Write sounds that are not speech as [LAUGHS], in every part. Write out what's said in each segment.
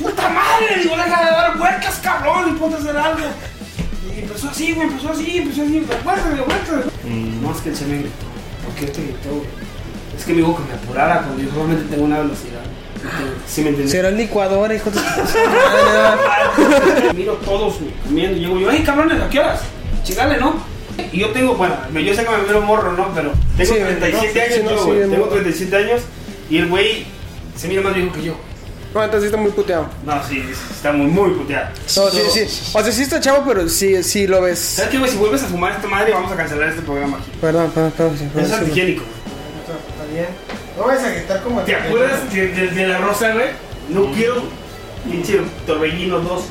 puta madre, digo, deja de dar vueltas, cabrón, y ponte a hacer algo. Y empezó así, güey, empezó así, empezó así, de vueltas, de vueltas. Mm, No, es que él se me gritó. ¿Por qué te gritó, güey? Es que me dijo que me apurara cuando yo solamente tengo una velocidad. ¿Sí me entiendes? Será licuadora, hijo de [LAUGHS] Miro todos güey, comiendo. Y Llego yo, ¡ay cabrones, ¿a qué horas? Chingale, ¿no? Y yo tengo, bueno, yo sé que me miro morro, ¿no? Pero tengo Sí, 37 no, sí, años, no, yo, sí, güey. bien tengo morro. 37 años y el güey se mira más viejo que yo. No, entonces sí está muy puteado. No, sí, sí, está muy, muy puteado. No, sí, sí. O sea, sí está chavo, pero sí, sí lo ves. ¿Sabes qué, güey? Si vuelves a fumar esta madre, vamos a cancelar este programa aquí. Perdón, perdón, perdón. sí, Es perdón, sí, antihigiénico. Está bien. No vayas a gritar como ¿Te acuerdas de, de- de la rosa, güey? No quiero. Pinche torbellino 2.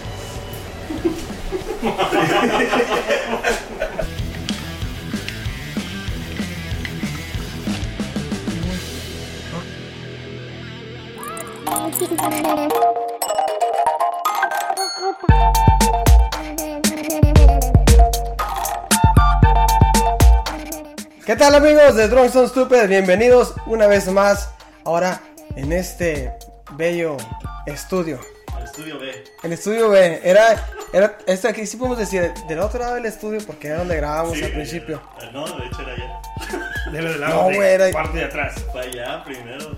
¿Qué tal amigos de Drunk Son Stupid? Bienvenidos una vez más ahora en este bello estudio. Al estudio B. El estudio B, era, era este aquí sí podemos decir, del otro lado del estudio porque era donde grabábamos Sí, al principio. allá. No, de hecho era allá. Debe de No, lado, güey, de era- parte de atrás. Para allá primero.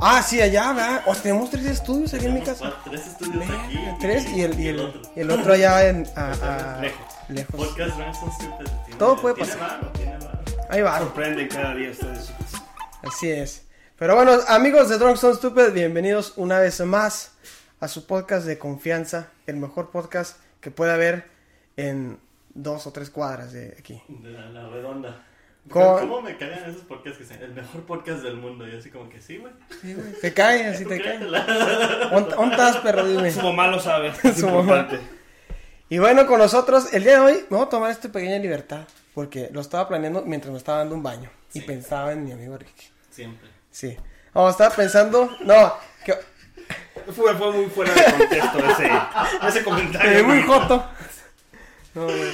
Ah, sí, allá, ¿verdad? O sea, tenemos tres estudios aquí en mi Tenemos casa. cuatro- Tres estudios Verga, aquí. Tres y el, y el, otro. y el otro allá en, a- a- Lejos. lejos. Podcast Ransom Stupid. Tiene- Todo puede tiene pasar. varo, tiene varo. Ahí va. Sorprenden cada día ustedes, chicos. Así es. Pero bueno, amigos de Drunk Son Stupid, bienvenidos una vez más a su podcast de confianza, el mejor podcast que puede haber en dos o tres cuadras de aquí. De la, la redonda. Con- ¿Cómo me cagan esos podcasts que dicen el mejor podcast del mundo? Y así como que sí, güey. Te cae, así Tú te cae. créetela. ¿Dónde dónde estás, perro? Dime. Su mamá lo sabe. Es Su mamá. importante. Y bueno, con nosotros, el día de hoy, me voy a tomar esta pequeña libertad, porque lo estaba planeando mientras me estaba dando un baño y Sí. pensaba en mi amigo Ricky. Siempre. Sí. No, estaba pensando, no, que Fue, fue muy fuera de contexto ese, ese comentario. Te ve Eh, muy güey. joto. No, güey.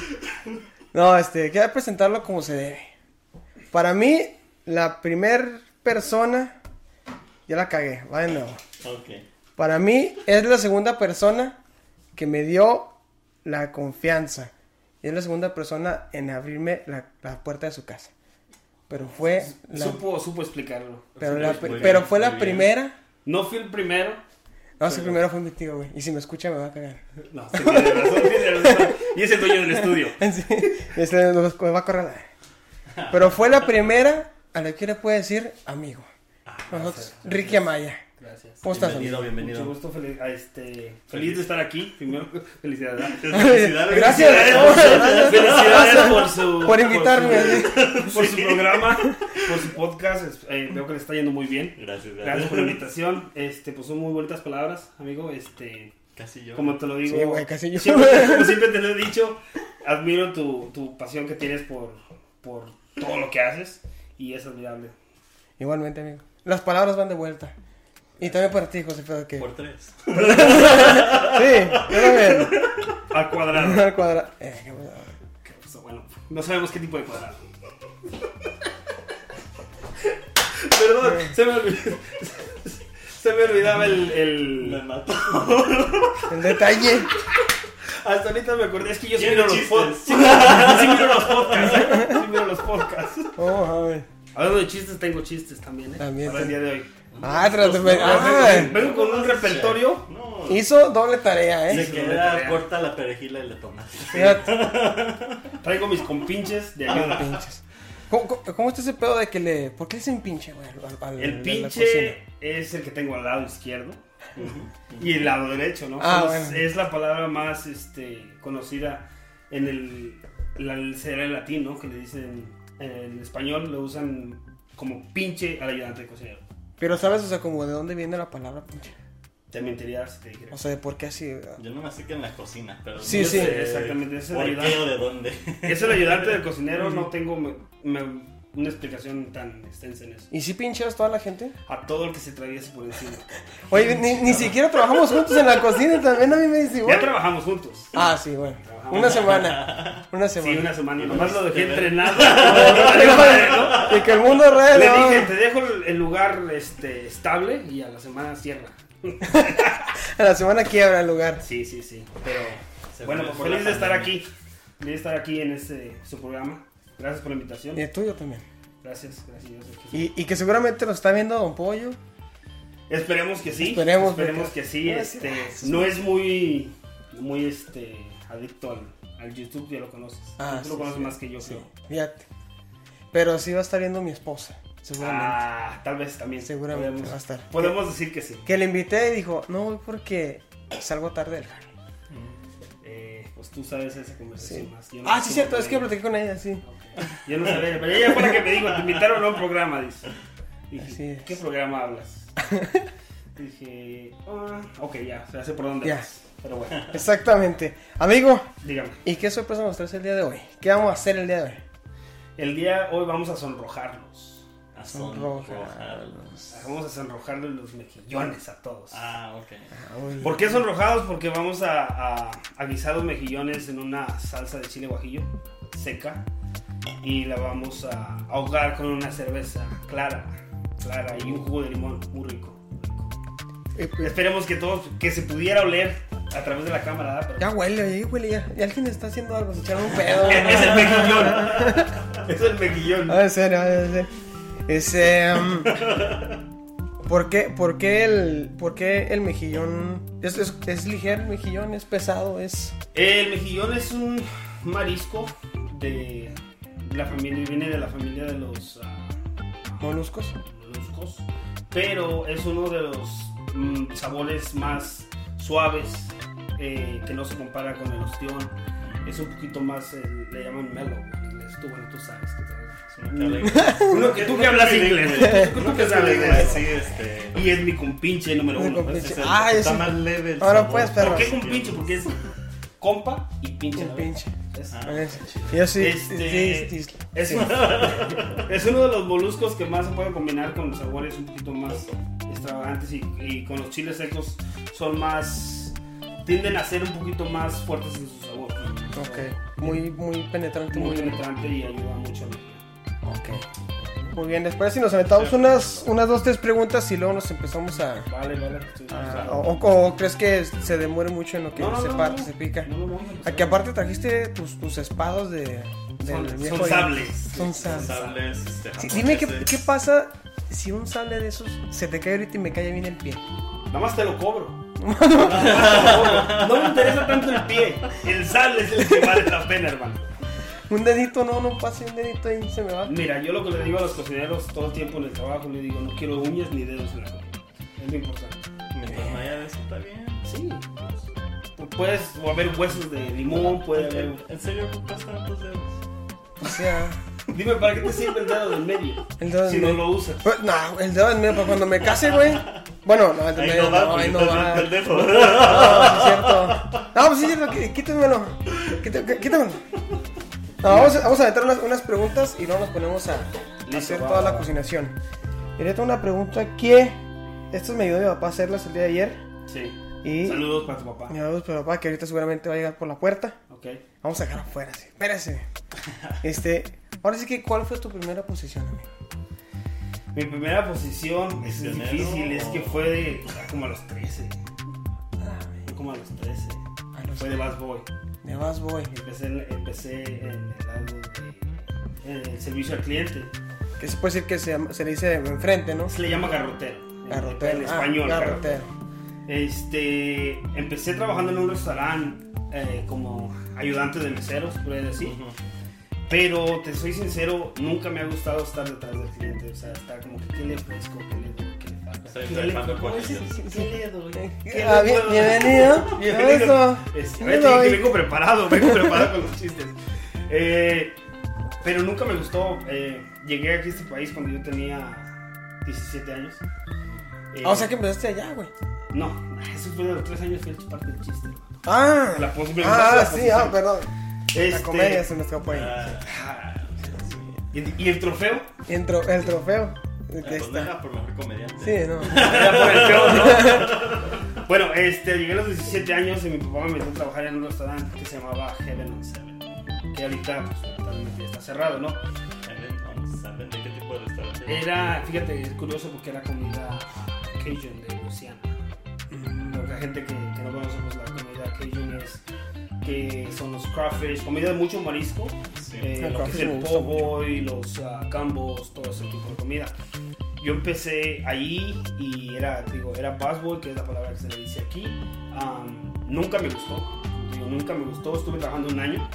No, este, quería presentarlo como se debe. Para mí, la primer persona, ya la cagué, va de nuevo. Ok. Para mí, es la segunda persona que me dio la confianza. Y es la segunda persona en abrirme la, la puerta de su casa. Pero fue la, Supo, supo explicarlo. pero la- Muy bien, pero fue la muy bien. primera. No fui el primero. No, ese primero fue mi tío, güey. Y si me escucha, me va a cagar. No, sí, tiene razón, tiene razón. Y es el dueño del estudio. [LAUGHS] Sí, este, nos- me va a correr la- Pero fue la primera a la que le puede decir amigo. Nosotros, Ricky Amaya. Gracias. ¿Cómo estás, bienvenido, amigo? Mucho bienvenido. gusto, feliz, a este, feliz de estar aquí. Primero, [LAUGHS] felicidades. [LAUGHS] Felicidades. Gracias. Felicidades, felicidades por su. Por invitarme. Por su, por su programa, por su podcast. Es- eh, veo que le está yendo muy bien. Gracias, Gracias gracias. por la invitación. Este, pues son muy bonitas palabras, amigo. Este, Casi yo. como te lo digo. Sí, güey, casi yo. Siempre, como siempre te lo he dicho, admiro tu, tu pasión que tienes por, por todo lo que haces. Y es admirable. Igualmente, amigo. Las palabras van de vuelta. Y también para ti, José Pedro, que... [LAUGHS] Por tres. Sí, yo también. Al cuadrado. Al cuadra- Eh, qué bueno. Pues, bueno, no sabemos qué tipo de cuadrado. Perdón, se me olvidó. [LAUGHS] Se me olvidaba el, Me el- mato. El detalle. Hasta ahorita me acordé, es que yo sí Tiene miro los chistes. podcasts. Sí, [LAUGHS] miro- sí miro los podcasts. ¿eh? Sí miro los podcasts. Oh, a ver. Hablando de chistes, tengo chistes también, ¿eh? También, Para el sí. día de hoy. Ah, tras- Vengo- ah, Vengo con un repertorio. No. hizo doble tarea, ¿eh? Se una tarea. queda corta la perejila y la tomate. Fíjate, Traigo mis compinches de ayuda. pinches. ¿Cómo, cómo, cómo está ese pedo de que le... ¿Por qué le dicen pinche, güey? al- al- al- a El la cocina? pinche es el que tengo al lado izquierdo y el lado derecho, ¿no? Ah, es, bueno. es la palabra más este, conocida en el, la, el será el latín, ¿no? Que le dicen en español, lo usan como pinche al ayudante de cocinero. Pero sabes, o sea, como de dónde viene la palabra pinche. Te mentiría si te dijera. O sea, de por qué así. ¿verdad? Yo no me sé que en la cocina, pero. Sí, no sí. sé Exactamente, ese ¿Por de qué ayudar. o de dónde? [LAUGHS] es el ayudante del cocinero, no tengo me- me- una explicación tan extensa en eso. ¿Y si pincheas toda la gente? A todo el que se atraviese por encima. Oye, ni, ni siquiera trabajamos juntos en la cocina, también a mí me dice Ya igual. trabajamos juntos. Ah, sí, bueno. Una semana. Una Sí, semana. una semana. Nomás lo dejé Este, [LAUGHS] entrenado. ¿no? Y que el mundo es real. Le ¿no? dije, te dejo el el lugar este, estable y a la semana cierra. A la semana quiebra el lugar. Sí, sí, sí. Pero Se bueno, fue pues por feliz la de estar pandemia. aquí. Feliz de estar aquí en este su programa. Gracias por la invitación. Y el tuyo también. Gracias, gracias. yo sé que sí. Y, y que seguramente nos está viendo Don Pollo. Esperemos que sí. Esperemos, Esperemos porque- que sí. Este, no es muy, muy este, adicto al, al YouTube, ya lo conoces. Ah, Tú lo sí, conoces sí. más que yo, creo. Fíjate. Pero sí va a estar viendo mi esposa. Seguramente. Ah, tal vez también. Seguramente Podemos- va a estar. Podemos decir que sí. Que le invité y dijo, no voy porque salgo tarde del jardín". Eh, pues tú sabes esa conversación Sí. más. Yo no Ah, sé sí, cómo cierto, fue. es que platiqué con ella, sí. Yo no sabía, pero ella fue la que me dijo, te invitaron a un programa, dice. Dije, Así es. ¿qué programa hablas? Dije, ah, ok, ya, se hace por dónde Ya. vas. Pero bueno, Exactamente. Amigo, dígame. ¿y qué sorpresa nos traes el día de hoy? ¿Qué vamos a hacer el día de hoy? El día hoy vamos a sonrojarlos. A Sonrojarlos. Vamos a sonrojarles los mejillones a todos. Ah, ok. Ah, muy bien. ¿Por qué sonrojados? Porque vamos a, a- a guisar los mejillones en una salsa de chile guajillo seca y la vamos a ahogar con una cerveza clara, clara y un jugo de limón muy rico. Eh, pues, Esperemos que todos, que se pudiera oler a través de la cámara, ¿verdad? Pero- Ya huele, oye, huele, ya, ya alguien está haciendo algo, se echaron un pedo. Es el mejillón. Es el mejillón. A ser, a ser. Es, em, ¿por, qué, por, qué el, ¿Por qué el mejillón? ¿Es, es, es ligero el mejillón? ¿Es pesado? ¿Es El mejillón es un marisco de la familia, viene de la familia de los ah, moluscos? moluscos, pero es uno de los mm, sabores más suaves eh, que no se compara con el ostión. Es un poquito más, eh, le llaman mellow. en inglés. Tú, bueno, tú sabes que Suena te que hablas. alegre. Uno que tú que hablas inglés. Tú Uno que sabes que de eso. Sí, este. Y es mi compinche número Mi uno. compinche. ese es el- Ah, está ese- más leve. el Ahora sabor. pues, perro. ¿Por qué compinche? Porque es compa y pinche. El la pinche. verdad. Es- Ah, Es- Yo sí. Este- sí, sí, Es, un- es uno de los moluscos que más se puede combinar con los sabores un poquito más extravagantes y, y con los chiles secos son más. tienden a ser un poquito más fuertes en su sabor. Ok. Muy, muy penetrante, Muy muy bien. penetrante y ayuda mucho. Ok. Muy bien, después si nos aventamos unas, unas dos, tres preguntas y luego nos empezamos a. Vale, vale. pues, estoy- a- o, o- o crees que se demore mucho en lo que No, no, Ah, se no, parte, no. se pica? No, no, no, no, no. Aquí aparte trajiste tus, tus espados de. Son- del son viejo- sables. Son sables. Sables, este, Sí, dime qué, japoneses. qué pasa si un sable de esos se te cae ahorita y me cae bien el pie. Nada más te lo cobro. [LAUGHS] No me interesa tanto el pie. El sal es el que vale la pena, hermano. Un dedito no, no pasa, un dedito ahí se me va. Mira, yo lo que le digo a los cocineros todo el tiempo en el trabajo, le digo, no quiero uñas ni dedos en la comida. Es lo importante. Mientras no haya de eso, está bien. Sí. Puedes haber huesos de limón, puede haber... ¿En serio ocupas tantos dedos? O sea, [LAUGHS] Dime, ¿para qué te sirve el dedo del medio? el dedo si del no medio. lo usas. Pues, no, el dedo del medio, para cuando me case, güey. Bueno, no, el dedo Ahí medio, no va, no, pues, porque ahí no estás va. bien No, sí pendejo. es cierto. No, pues sí es cierto, qui- quítamelo. Quita- qu- Quítamelo. No, vamos, a- vamos a meter unas, unas preguntas y luego nos ponemos a, a Listo, hacer va, toda va, la va. cocinación. Iré a una pregunta que. Estas me ayudó mi papá a hacerlas el día de ayer. Sí. Y- Saludos para tu papá. Mi abuelo, pero papá, que ahorita seguramente va a llegar por la puerta. Ok. Vamos a dejarlo afuera, sí. [LAUGHS] Espérese. Este, ahora sí que, ¿cuál fue tu primera posición, amigo? Mi primera posición es Misionero. difícil, es que fue de- como a los 13. Fue como a los 13. A los Fue de Bass Boy. De más voy. Empecé, en- empecé en el lado de- en el servicio al cliente. Que se puede decir que se, llama- se le dice enfrente, ¿no? Se le llama garrotero. En- Garrotero. En Ah, español, garrotero. garrotero. Este, empecé trabajando en un restaurante eh, como ayudante de meseros, puede decir. Pero te soy sincero, nunca me ha gustado estar detrás del cliente. O sea, estar como que, ¿qué le ofrezco? ¿Qué le doy? ¿Qué le falta? Estoy ¿Qué le trabajando ¿Cómo con es ellos. ese? ¿Qué le doy? ¿Qué [LAUGHS] Ah, le bien- puedo dar? [LAUGHS] bienvenido. Bienvenido. Este, Me ahorita dije doy. que vengo preparado, vengo preparado con los chistes. Eh, pero nunca me gustó. eh, llegué aquí a este país cuando yo tenía 17 años. Eh, Ah, O sea que empezaste allá, güey. No, [LAUGHS] eso fue de los 3 años, fue parte del chiste. Ah. La pos- Ah, la sí, posición. ah, perdón. La Este, comedia se me escapó ahí. Ah, ¿Y, y el trofeo? [LAUGHS] Entro, el trofeo. Aquí pues está. deja por mejor comediante. Sí, no. Era por el show, ¿no? bueno, este, llegué a los 17 años y mi papá me metió a trabajar en un restaurante que se llamaba Heaven on Seven. Que ahorita pues, totalmente está cerrado, ¿no? Saben, vamos, saben de qué tipo de restaurante. Era, fíjate, es curioso porque era comida Cajun de Luciana. Mm. lo que la gente que, que no conocemos la comida cajun es que son los crawfish, comida de mucho marisco, Sí. eh, El lo que es crawfish me el gusta pogo y los ah, cambos, todo ese tipo de comida. Yo empecé ahí y era, digo, era busboy, que es la palabra que se le dice aquí. Am, nunca me gustó, digo, nunca me gustó, estuve trabajando un año.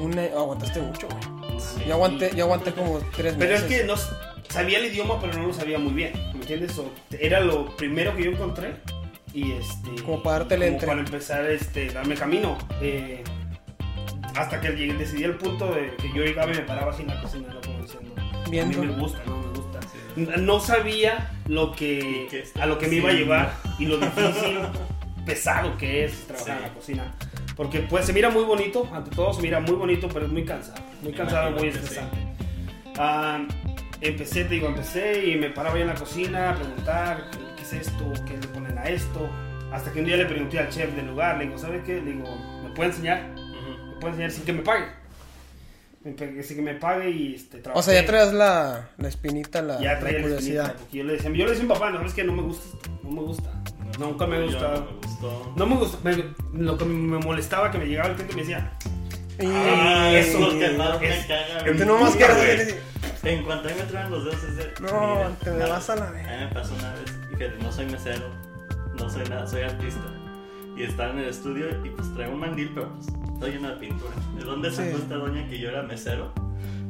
Un año- aguantaste mucho, güey. Yo aguanté, yo aguanté como tres meses. Pero es que no s- sabía el idioma, pero no lo sabía muy bien. ¿Me entiendes? O- era lo primero que yo encontré. Y este. Como para darte el como entre. para empezar este, darme camino. Eh, hasta que llegué- decidí el punto de que yo llegaba y me paraba sin la cocina, no como diciendo. Viendo. A mí me gusta, no me gusta. Sí. N- No sabía lo que, Y que está- a lo que me iba a sí. llevar y [LAUGHS] lo difícil, pesado que es trabajar Sí. en la cocina. Porque pues se mira muy bonito, ante todo se mira muy bonito, pero es muy cansado, muy Me cansado, imagino muy que sí. estresante. Ah, empecé, te digo, empecé y me paraba yo en la cocina a preguntar qué es esto, qué le ponen a esto. Hasta que un día le pregunté al chef del lugar, le digo, ¿sabes qué? Le digo, ¿me puede enseñar? Ujú. ¿Me puede enseñar sin que me pague? Me pe- Sin que me pague y este, O sea, trabajé. ya traías la, la espinita, la, Ya la traía la curiosidad. espinita, porque yo le decía, yo le decía a mi papá, no, es que no me gusta, esto, no me gusta, nunca me ha Yo gustado. No me gustó. No me gusta, me- lo que me molestaba que me llegaba el cliente y me decía, Y- Ah, eso es lo que más es- me caga. que Tú güey. nomás Sí, quieres güey. hacer- En cuanto a mí me traen los dedos es de... No, mira, te me nada. vas a la vez. A mí me pasó una vez, y fíjate, no soy mesero, no soy nada, soy artista. Y estaba en el estudio y pues traigo un mandil, pero pues estoy lleno de pintura. ¿De dónde Sí. sacó esta doña que yo era mesero?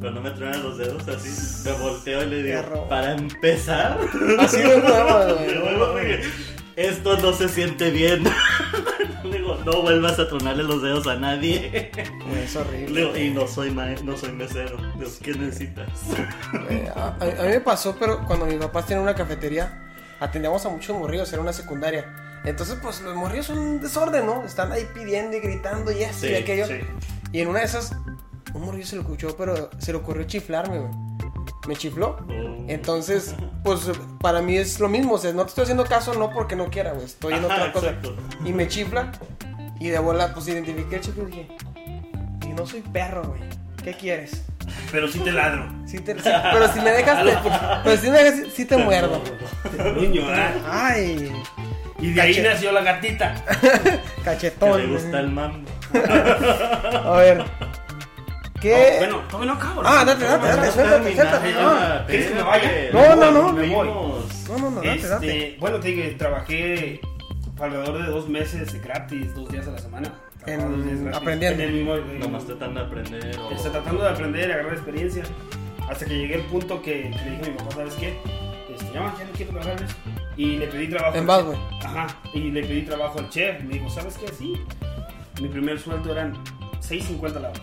Pero no me truenan los dedos así, me volteo y le Perro. digo, para empezar, [LAUGHS] Así de [LAUGHS] nuevo, me güey. vuelvo a reír. esto no se siente bien. [LAUGHS] Le digo, no vuelvas a tronarle los dedos a nadie. Güey, Es Le horrible. digo, y no soy, ma- no soy mesero. Le digo, ¿Qué necesitas? güey. Eh, A, a- a mí me pasó, pero cuando mis papás tenían una cafetería, atendíamos a muchos morrillos, era una secundaria. Entonces, pues los morrillos son un desorden, ¿no? Están ahí pidiendo y gritando y esto y aquello. Y en una de esas, un morrillo se lo escuchó, pero se le ocurrió chiflarme, güey. Me chifló. Oh. Entonces, pues para mí es lo mismo. O sea, no te estoy haciendo caso, no porque no quiera, güey. Estoy en Ajá, otra cosa. exacto. Y me chifla. Y de bola, pues identifiqué el chiflo y dije: Y no soy perro, güey. ¿Qué quieres? pero sí te ladro. [LAUGHS] Sí te- sí- pero si me dejas, te- pero si me dejas, sí- sí te muerdo. Niño, ¿verdad? Ay, Y de ahí Caché. nació la gatita. Que cachetón. le gusta el mambo. A ver. ¿Qué? Oh, bueno, todavía no acabo. Eh, Ah, ¿no? date, date, date, suéltate, suéltate. No, Ah, ¿Quieres que me espérate, vaya? No, no, no. Me voy. no, no, no, date, Este, date. Bueno, te digo, trabajé alrededor de dos meses gratis, dos días a la semana. En- Trabajaba dos días gratis. aprendiendo. En el mismo- Nomás tratando de aprender. o- Está tratando de aprender, agarrar experiencia. Hasta que llegué al punto que, que le dije a mi papá, ¿sabes qué? Este, ya, ma, ya no quiero trabajar en eso". Y le pedí trabajo. En al Bad, chef. Ajá. Y le pedí trabajo al chef. Me dijo, ¿sabes qué? Sí. Mi primer sueldo eran 6.50 la hora.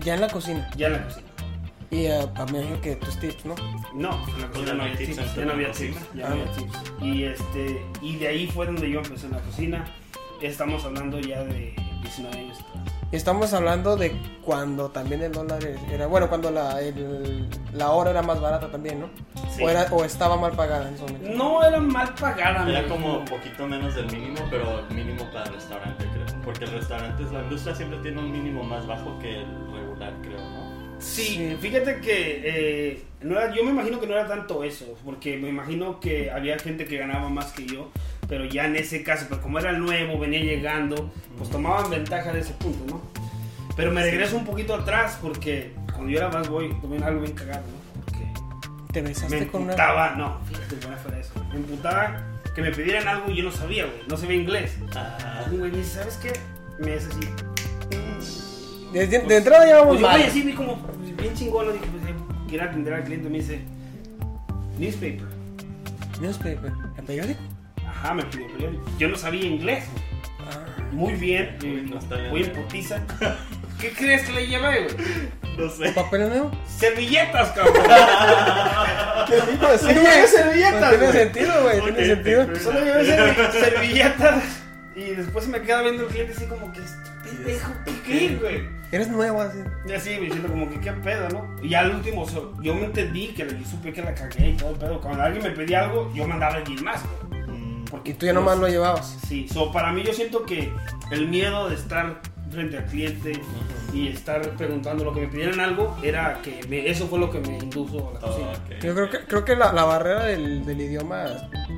Ya en la cocina. Ya en la cocina. Y eh, a mí me dijo que tus tips, ¿no? No, en la cocina no había tips. Ah. Ya no había tips. Ya no había tips. Y, este, y de ahí fue donde yo empecé en la cocina. Estamos hablando ya de 19 años atrás. Estamos hablando de cuando también el dólar era. Bueno, cuando la, el- la hora era más barata también, ¿no? Sí. O, era, o estaba mal pagada en ese momento. No era mal pagada. Era me como imagino. poquito menos del mínimo, pero el mínimo para el restaurante, creo. Porque el restaurante, la industria siempre tiene un mínimo más bajo que el regular, creo, ¿no? Sí, Sí. fíjate que eh, no era- yo me imagino que no era tanto eso, porque me imagino que había gente que ganaba más que yo, pero ya en ese caso, pero como era nuevo, venía llegando, pues tomaban ventaja de ese punto, ¿no? Pero me regreso un poquito atrás, porque cuando yo era más voy, también algo bien cagado, ¿no? Porque Te besaste me con una. emputaba, no, fíjate, buena fuera eso, me emputaba que me pidieran algo y yo no sabía, güey, no sabía inglés. Ah, Y güey me dice, ¿sabes qué? Me dice así, Desde- de entrada ya vamos Pues yo mal. me así, vi como pues, bien chingón, dije, pues, eh, quiero atender al cliente, me dice, newspaper. Newspaper. ¿El periódico? Ajá, me pidió periódico. Yo no sabía inglés, güey. Ah. muy bien, Uy, no está bien. muy en putiza. ¿Qué crees que le llevé, güey? [LAUGHS] no sé. ¿Papel nuevo? Servilletas, cabrón. Sí, Sí, güey. servilletas, No pues tiene güey. sentido, güey. Tiene Ok, sentido. perfecto. Solo llevé [LAUGHS] servi- servilletas. Y después se me queda viendo el cliente así como que, "Este pendejo, ¿qué, qué, güey? Eres nuevo así. Y así, me diciendo como que qué pedo, ¿no? Y ya al último, o sea, yo me entendí que yo supe que la cagué y todo el pedo. Cuando alguien me pedía algo, yo mandaba a alguien más, güey. Mm, Porque Y tú ya nomás lo llevabas. Sí, so, para mí yo siento que el miedo de estar frente al cliente y estar preguntando lo que me pidieran algo, era que me- eso fue lo que me indujo a la cocina. Yo creo que, creo que la, la barrera del, del idioma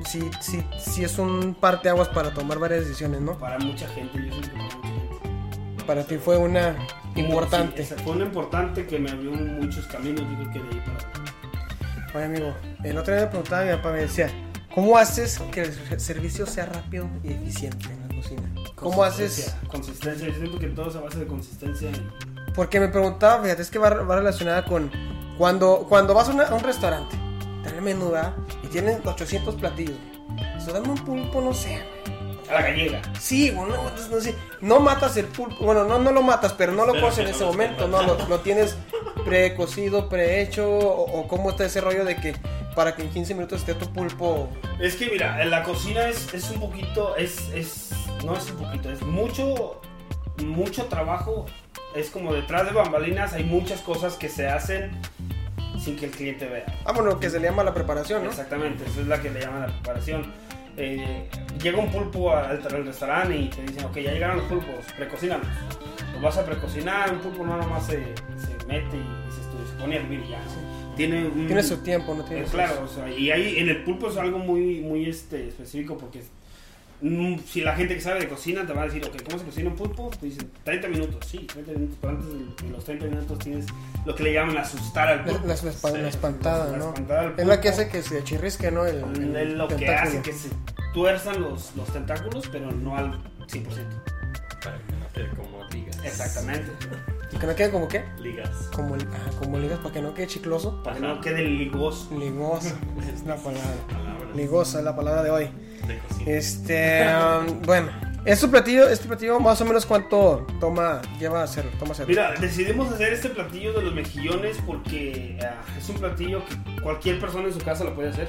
sí, sí, sí es un parteaguas para tomar varias decisiones, ¿no? Para mucha gente, yo siento que para mucha gente. Para ti fue una Sí, importante. esa fue una importante que me abrió muchos caminos, yo creo que de ahí para... Oye, amigo, el otro día me preguntaba a mi papá, me decía, ¿cómo haces que el ser- servicio sea rápido y eficiente en la cocina? ¿Cómo haces? Consistencia, Consistencia, yo siento que todo es a base de consistencia. y- Porque me preguntaba, fíjate, es que va, va relacionada con cuando, cuando vas a, una- a un restaurante, te dan el menú, ¿verdad? Y tienen 800 platillos, güey. Eso dame un pulpo, no sé, güey. A la gallega. Sí, güey, no, entonces, no, sé, no matas el pulpo. Bueno, no, no lo matas, pero no lo Pero coces en que no ese lo momento. No, lo, lo tienes precocido, prehecho. O, o cómo está ese rollo de que para que en 15 minutos esté tu pulpo. Es que mira, en la cocina es, es un poquito, es, es, no es un poquito, es mucho, mucho trabajo. Es como detrás de bambalinas hay muchas cosas que se hacen sin que el cliente vea. Ah, bueno, que se le llama la preparación, ¿no? Exactamente, esa es la que le llaman la preparación. Eh, llega un pulpo al, al restaurante y te dicen, ok, ya llegaron los pulpos, precocínalos. Los vas a precocinar, un pulpo no nomás se, se mete y se, estu- se pone a hervir y ya. ¿no? Tiene, un- Tiene su tiempo, no tiene eh, su- claro, o sea, y ahí en el pulpo es algo muy, muy este, específico porque es- mm, si la gente que sabe de cocina te va a decir, ok, ¿cómo se cocina un pulpo? Te dicen 30 minutos, sí, 30 minutos, pero antes de, de los 30 minutos tienes lo que le llaman asustar al La, pulpo. la- la espa- Sí, la espantada, la ¿no? espantada del Es la pulpo. que hace que se chirrisque, ¿no? El, el Es lo que tentáculo. hace que se tuerzan los, los tentáculos, pero no al 100%. Para que no quede como ligas. Exactamente. Y que no quede como qué? Ligas. Como, ah, como ligas, para que no quede chicloso. Para que no quede ligoso. [LAUGHS] Ligosa, es la palabra. Palabras Ligosa es la palabra de hoy. de cocina. Este, um, bueno, este platillo, este platillo más o menos cuánto toma, lleva a hacerlo, toma hacerlo. Mira, decidimos hacer este platillo de los mejillones porque ah, es un platillo que cualquier persona en su casa lo puede hacer.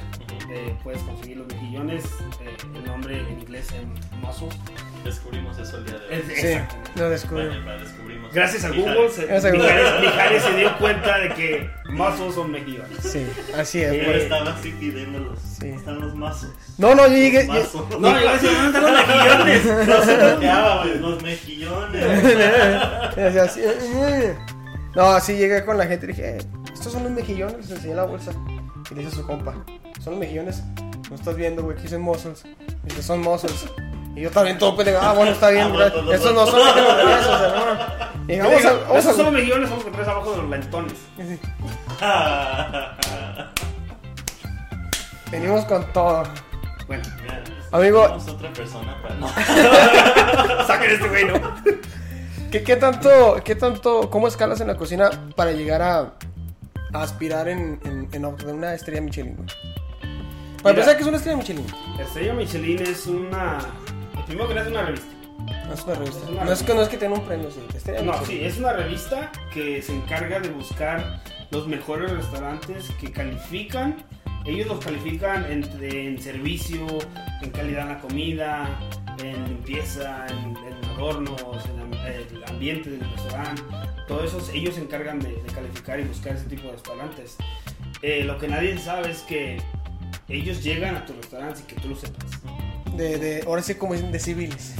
Eh, puedes conseguir los mejillones, eh, el nombre en inglés es mussels. Descubrimos eso el día de Es- hoy. sí, exactamente. lo descubrí. Vale, vale, descubrimos. Gracias a Mijares. Google, se, Gracias a Google. Mijares- Mijares se dio cuenta de que mussels son mejillones. Sí, así es. Sí. Yo estaba así pidiéndolos. Sí. Están los mazos. No, no, yo llegué. yo- [LAUGHS] mazos. No, yo iba a decir, ¿dónde están los mejillones? [LAUGHS] No se bloqueaba, güey. Los [LAUGHS] mejillones. así, así, eh. no, así llegué con la gente y dije, "Eh, estos son los mejillones, les enseñé la bolsa. Y le dije a su compa, son los mejillones, no estás viendo, güey, aquí son mussels. Y dice, son mussels. Y yo también todo pendejo, ah, bueno, está bien, Ah, güey, bueno, estos no son los que me o [LAUGHS] sea, no. Y dije, vamos Oiga, a, vamos a- Esos son mejillones, vamos a comprar abajo de los lentones. venimos con todo. Bueno, Mira, Amigo. tenemos otra persona para. [LAUGHS] No. saquen este güey, ¿no? ¿Qué, qué tanto, qué tanto, cómo escalas en la cocina para llegar a, a aspirar en, en, en obtener una estrella Michelin, güey? Para Mira. empezar, ¿qué es una estrella Michelin? Estrella Michelin es una. el Primero que nada es una revista. No es una revista. Es una no, es que, no es que tenga un premio, sí. Estrella No, sí, Michelin. es una revista que se encarga de buscar los mejores restaurantes que califican. Ellos los califican entre, en servicio, en calidad de la comida, en limpieza, en, en adornos, en am- el ambiente del restaurante. Todo eso ellos se encargan de, de calificar y buscar ese tipo de restaurantes. Eh, lo que nadie sabe es que ellos llegan a tu restaurante sin que tú lo sepas. De, de, ahora sí, como dicen, de civiles.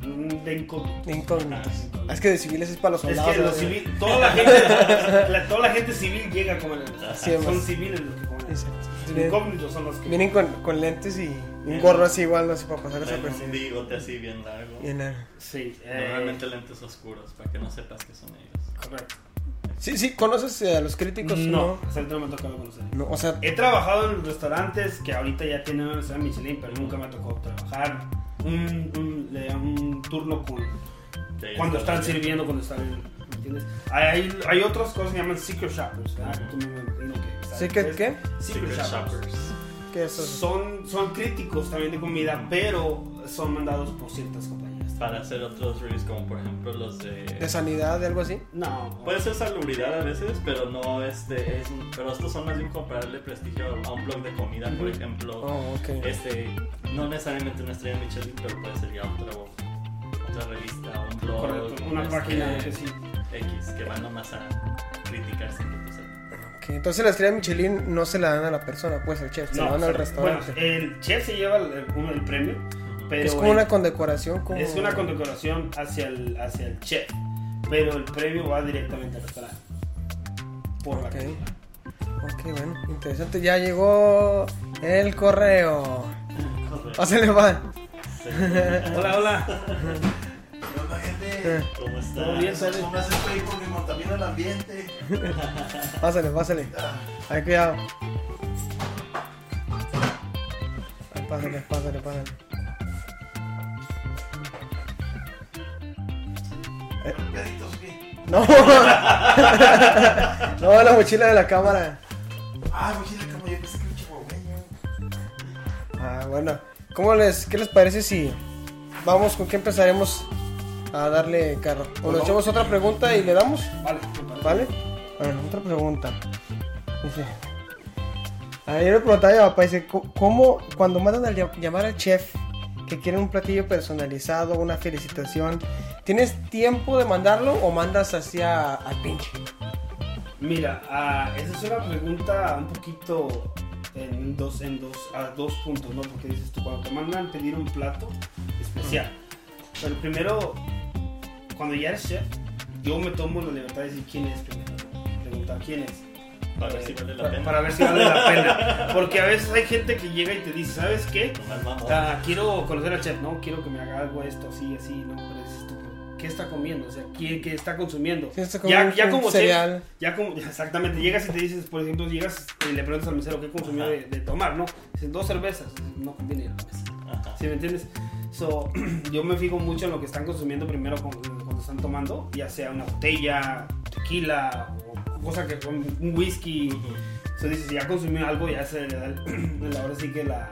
Mm, De incógnito. De incógnitas. Ah, Es que de civiles es para los Es soldados. que los ¿no? civil, toda la [LAUGHS] gente, la- toda la gente civil llega a comer en el Sí, restaurante. Son además. civiles los que comen. en el restaurante. Exacto. Incógnitos son los que. Vienen con, con lentes y un gorro así igual, no sé, para pasar esa Traen persona. un bigote así bien largo. Y nada. Sí, eh, Normalmente lentes oscuros para que no sepas que son ellos. correcto. Sí, sí, ¿conoces eh, a los críticos? No, hasta ahorita no me ha tocado conocer. No, o sea, He trabajado en restaurantes que ahorita ya tienen una estrella Michelin, pero nunca me ha tocado trabajar un, un- le dan un turno con Sí, cuando está están bien. sirviendo, cuando están. ¿me ¿Entiendes? Hay, hay otras cosas que se llaman secret shoppers. ¿verdad? Que tú me imagino que sabes ¿Secret qué es. qué? Secret, Secret shoppers. shoppers. ¿qué es eso? son, son críticos también de comida, pero son mandados por ciertas compañías. Para hacer otros reviews como por ejemplo los de... ¿De sanidad, de algo así? No, Puede ser salubridad a veces, pero no este... Es, un- pero estos son más bien como para darle prestigio a un blog de comida, por ejemplo. Oh, ok. Este, no necesariamente una estrella Michelin, pero puede ser ya otra, otra revista, un blog. correcto, una este, página de que sí. X, que van nomás a criticar pues, sin que tú sepas. Ok, Entonces la estrella Michelin no se la dan a la persona, pues al chef, se la No, dan al bueno, restaurante. el chef se lleva el, el- un- el premio, Pero es como el- una condecoración. Como... es una condecoración hacia el, hacia el chef, pero el premio va directamente al restaurante. Por la Ok. comida. Ok, bueno, interesante. Ya llegó el correo. Correcto. Pásale, va. Sí. Hola, hola. Hola gente, Eh, ¿Cómo está? Todo bien, sale. no me haces reír porque contamina el ambiente. Ah, Pásale, pásale. Hay cuidado. Ay, Pásale, pásale, pásale. Peditos, ¿qué? No. [LAUGHS] no, la mochila de la cámara. Ah, imagínate como yo pensé que era un chihuahueño. Ah, bueno. ¿Cómo les, ¿Qué les parece si vamos con qué empezaremos a darle carro? ¿O nos echamos otra pregunta y le damos? Vale, me parece. ¿Vale? A ver, otra pregunta. Dice. Ayer le preguntaba a mi papá, dice, "Co- ¿cómo cuando mandan a lia- llamar al chef que quieren un platillo personalizado, una felicitación, ¿tienes tiempo de mandarlo o mandas hacia al pinche? Mira, ah, esa es una pregunta un poquito en dos, en dos, a dos puntos, ¿no? Porque dices tú, cuando te mandan pedir un plato especial. Pero primero, cuando ya eres chef, yo me tomo la libertad de decir quién es primero. ¿no? Preguntar quién es. Para ver si vale la Para- pena. Para ver si vale la pena. Porque a veces hay gente que llega y te dice, ¿sabes qué? No más mamón. Ah, quiero conocer al chef, no, quiero que me haga algo esto, así, así, no, pero dices tú, ¿qué está comiendo? O sea, ¿qué, qué está consumiendo? Sí, esto es ya, un- ya un como chef, cereal. ya como, [LAUGHS] exactamente, llegas y te dices, por ejemplo, llegas y le preguntas al mesero qué consumió Ajá. de, de tomar, ¿no? Dicen, dos cervezas, no conviene la mesa. Ajá. ¿Sí me entiendes? So, [CLEARS THROAT] yo me fijo mucho en lo que están consumiendo primero con- cuando están tomando, ya sea una botella, tequila, o cosa que un un whisky. So, dices, si ya consumió algo, ya se le da el- [CLEARS THROAT] ahora sí que la,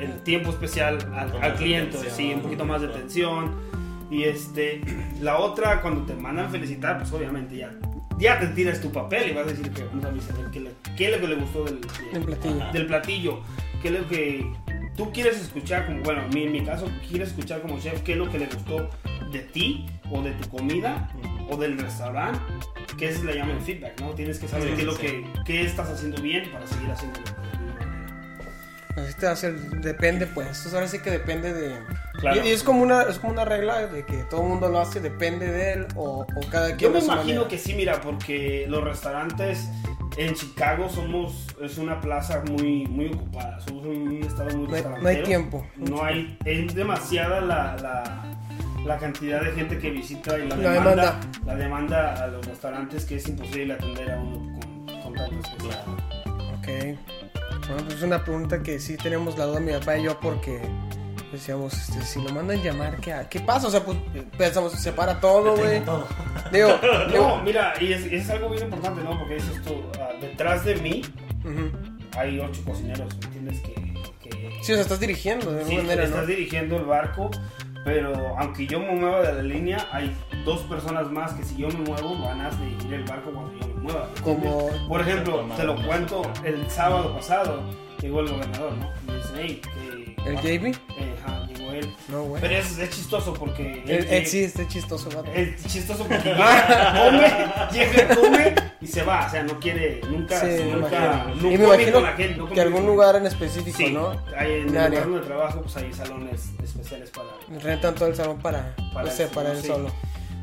el tiempo especial al, poco al de cliente, atención. sí, un poquito más de atención. Y este, [CLEARS THROAT] la otra, cuando te mandan felicitar, pues obviamente ya, ya te tiras tu papel y vas a decir que vamos a ver qué, le- qué es lo que le gustó del, En platillo. del platillo, qué es lo que tú quieres escuchar, como bueno, a mí en mi caso, quieres escuchar como chef qué es lo que le gustó de ti o de tu comida o del restaurante, que es le llaman el feedback, ¿no? Tienes que saber Sí, qué es lo sí. que qué estás haciendo bien para seguir haciéndolo. Así te hace, el- depende pues, Entonces, ahora sí que depende de... Claro. Y, y es, como una, es como una regla de que todo el mundo lo hace, depende de él o, o cada quien Yo me de su imagino manera. que sí, mira, porque los restaurantes en Chicago somos es una plaza muy muy ocupada, somos un estado muy No hay- no hay restaurantero. tiempo. No hay es demasiada la, la- la cantidad de gente que visita y la, La demanda, demanda. la demanda a los restaurantes que es imposible atender a uno con, con tanta especialidad. Ok. Bueno, pues es una pregunta que sí tenemos la duda mi papá y yo porque decíamos, este, si lo mandan llamar, ¿qué, ha- qué pasa? O sea, pues pensamos, se para todo, güey. Todo. Digo, [LAUGHS] No, mira, y es, es algo bien importante, ¿no? Porque dices tú, ah, detrás de mí ujú. hay ocho cocineros, ¿me entiendes? Que, que- Sí, o sea, estás dirigiendo de Sí, alguna manera, estás ¿no? dirigiendo el barco, pero aunque yo me mueva de la línea, hay dos personas más que si yo me muevo van a dirigir el barco cuando yo me mueva. Como, Por ejemplo, te lo cuento el sábado pasado, llegó el gobernador, ¿no? Y me dice, hey, que- ¿el JB? Eh, ajá, llegó él. No, güey. Pero es, es chistoso porque... El Ed sí, está chistoso, vato. Es chistoso [LAUGHS] porque llega, come, llega, come y se va. O sea, no quiere, nunca, Sí, me nunca, imagino. no Y me come imagino con la gente. no que come algún con- lugar en específico, Sí, ¿no? hay en el Área. lugar donde trabajo, pues hay salones especiales para... Rentan todo el salón para, Para él no sé, solo, para él sí. solo.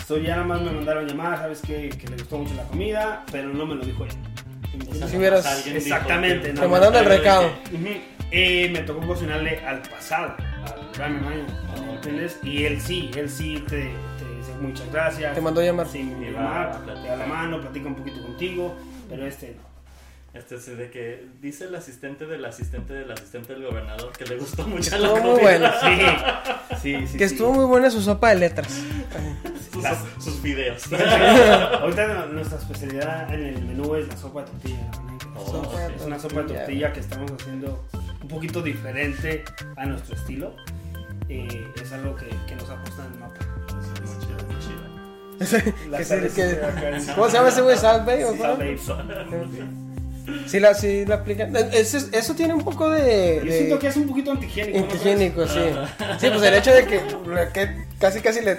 So, ya nada más me mandaron llamar, ¿sabes qué? Que le gustó mucho la comida, pero no me lo dijo él. O sea, Si nomás hubieras- alguien dijo Exactamente, que- no, Te mandaron el recado. Ujú. Eh, me tocó cocinarle al pasado, al ramen mayo, ¿me entiendes? Y él sí, él sí te, te dice muchas gracias. Te mandó llamar. Sí, me Y dio va a llamar, platicar. te da la mano, platica un poquito contigo, pero este no. [LAUGHS] Este es de que dice el asistente del asistente del asistente del gobernador que le gustó mucho la Estuvo comida. muy bueno. Sí, sí, sí. Que sí. [LAUGHS] estuvo muy buena su sopa de letras. Sus, Las- sus videos. Ahorita no- nuestra especialidad en el menú es la sopa de tortilla. ¿no? Oh, Sopa de Es una sopa de tortilla que estamos haciendo un poquito diferente a nuestro estilo. Eh, es algo que, que nos apuesta en el mapa. [LAUGHS] Muy chido, muy chido. La Que se- que- acá en- ¿Cómo se llama ese güey? ¿Salt Bay? [LAUGHS] o Sí, cómo? sabe. Sí la, sí la aplican. Eso, es- eso tiene un poco de... Yo de siento que Ah. es un poquito antihigiénico. ¿no crees? antihigiénico, sí. Sí, pues el hecho de que, que casi casi le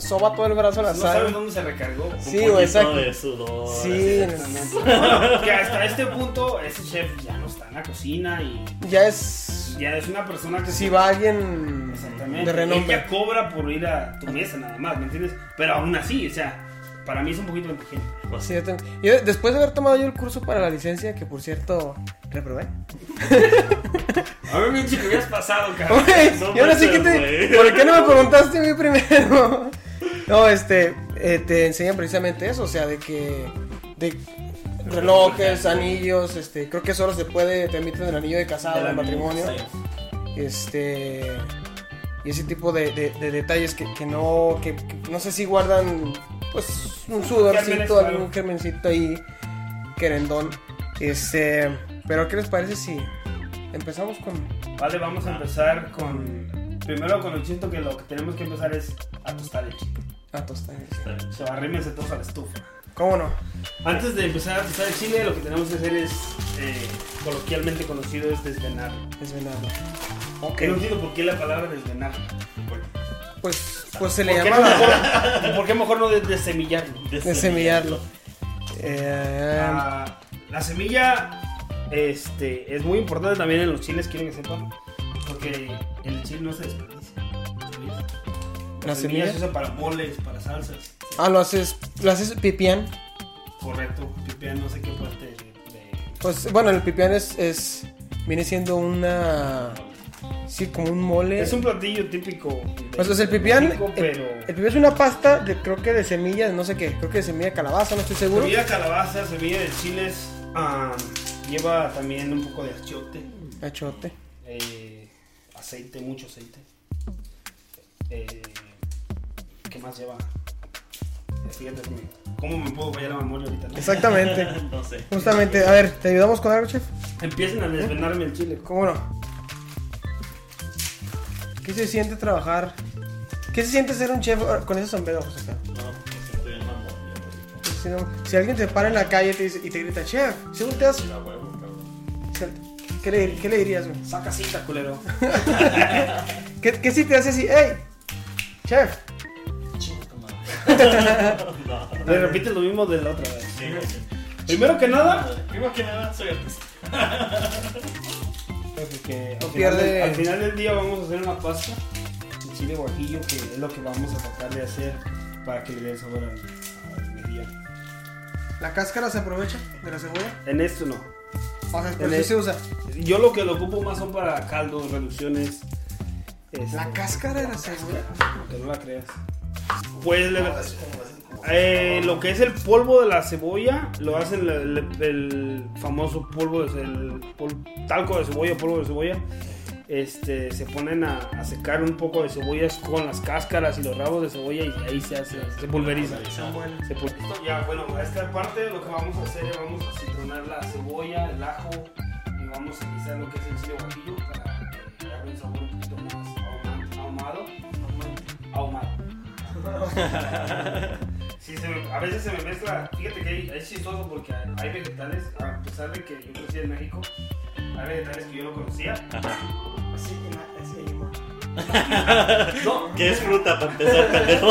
soba todo el brazo a la No sabes sal. dónde se recargó. [LAUGHS] Sí, Un güey, poquito exacto. de sudor. Sí, así. Bueno, que hasta este punto ese chef ya no está en la cocina y ya es... ya es una persona que Si va alguien Exactamente. De renombre. Ella cobra por ir a tu mesa nada más, ¿me entiendes? Pero aún así, o sea, para mí es un poquito pequeño. Pues, Sí, yo tengo- yo, después de haber tomado yo el curso para la licencia, que por cierto, reprobé. A ver, pinche, que hubieras [LAUGHS] pasado, cabrón. Güey, No yo no sé qué manches, te. güey. ¿Por qué no me preguntaste a mí primero? [LAUGHS] No, este. eh, te enseñan precisamente eso, o sea, de que. De relojes, anillos, este. Creo que solo se puede. Te emiten el anillo de casado, el matrimonio. Este. Y ese tipo de, de- de detalles que, que no. Que, que no sé si guardan. Pues un Gérmenes, sudorcito, claro. algún germencito ahí. Querendón. Este. Pero, ¿qué les parece si empezamos con Vale, vamos a empezar con. Primero con el chiste que lo que tenemos que empezar es a tostar el chile. a tostar? Se va arrímense todos a la estufa. ¿Cómo no? Antes de empezar a tostar el chile, lo que tenemos que hacer es, eh, coloquialmente conocido, es desvenar. Es venado. Que no entiendo por qué la palabra desvenar. Pues, pues se ¿Por le qué, llama mejor, [LAUGHS] ¿Por qué mejor no de- desemillarlo? desemillarlo. Eh, La, la semilla este, es muy importante también en los chiles, quieren que sepan, porque el chile no se desperdicia. ¿sabías? ¿La La semilla semilla? se usa para moles, para salsas. ah, lo haces, lo haces pipián. Correcto, pipea, no sé qué parte de. de- Pues bueno, el pipián es, es viene siendo una sí como un mole. Es un platillo típico. de- Pues, o sea, el de pipián, México, el- pero. el pipián es una pasta de creo que de semillas, no sé qué, creo que de semilla de calabaza, no estoy seguro. Semilla de calabaza, semilla de chiles. ah, lleva también un poco de achiote. Achote. eh, aceite, mucho aceite. Eh, ¿Qué más lleva? Eh, Fíjate, me- ¿cómo me puedo fallar la memoria ahorita? no? Exactamente. [LAUGHS] [LAUGHS] no sé. Justamente, a ver, ¿te ayudamos con algo, chef? [LAUGHS] Empiecen a desvenarme el chile. ¿Cómo no? ¿Qué se siente trabajar? ¿Qué se siente ser un chef con ese sombrero, José Carlos? No, pues estoy en mamón. ya, güey. Si, no- si alguien te para en la calle y te dice- y te grita, chef, si un Sí, teas, la huevo, cabrón. ¿qué le, qué le dirías, güey? Saca cita, [LAUGHS] culero. ¿Qué, qué si te hace así, hey, chef? No, no, Le repite lo mismo de la otra vez. sí, güey. Primero que nada, Primero que nada, soy artista. porque No al, pierde- final del, al final del día vamos a hacer una pasta de chile guajillo, que es lo que vamos a tratar de hacer para que le dé sabor al, al mejillón. ¿La cáscara se aprovecha de la cebolla? En esto no. O sea, pero En sí el- se usa. Yo lo que lo ocupo más son para caldos, reducciones. este, ¿La cáscara de la cebolla? Aunque no la creas. Pues le- Así como lo hacen como- eh, lo que es el polvo de la cebolla lo hacen le- le- el famoso polvo, de ce- el pol- talco de cebolla, polvo de cebolla. Este, se ponen a, a secar un poco de cebollas con las cáscaras y los rabos de cebolla y ahí se hace, se pulveriza. Se pul- Esto ya, bueno, a esta parte lo que vamos a hacer es vamos a citronar la cebolla, el ajo y vamos a utilizar lo que es el chile guajillo para que haga un sabor un poquito más ahuma- ahumado. Ahumado. [LAUGHS] Sí, se me- a veces se me mezcla. Fíjate que hay- es chistoso porque hay hay vegetales, a pesar de que yo crecí en México, hay vegetales que yo no conocía. Así que nada, así de limón. No, [LAUGHS] ¿Qué es fruta para empezar, pendejo?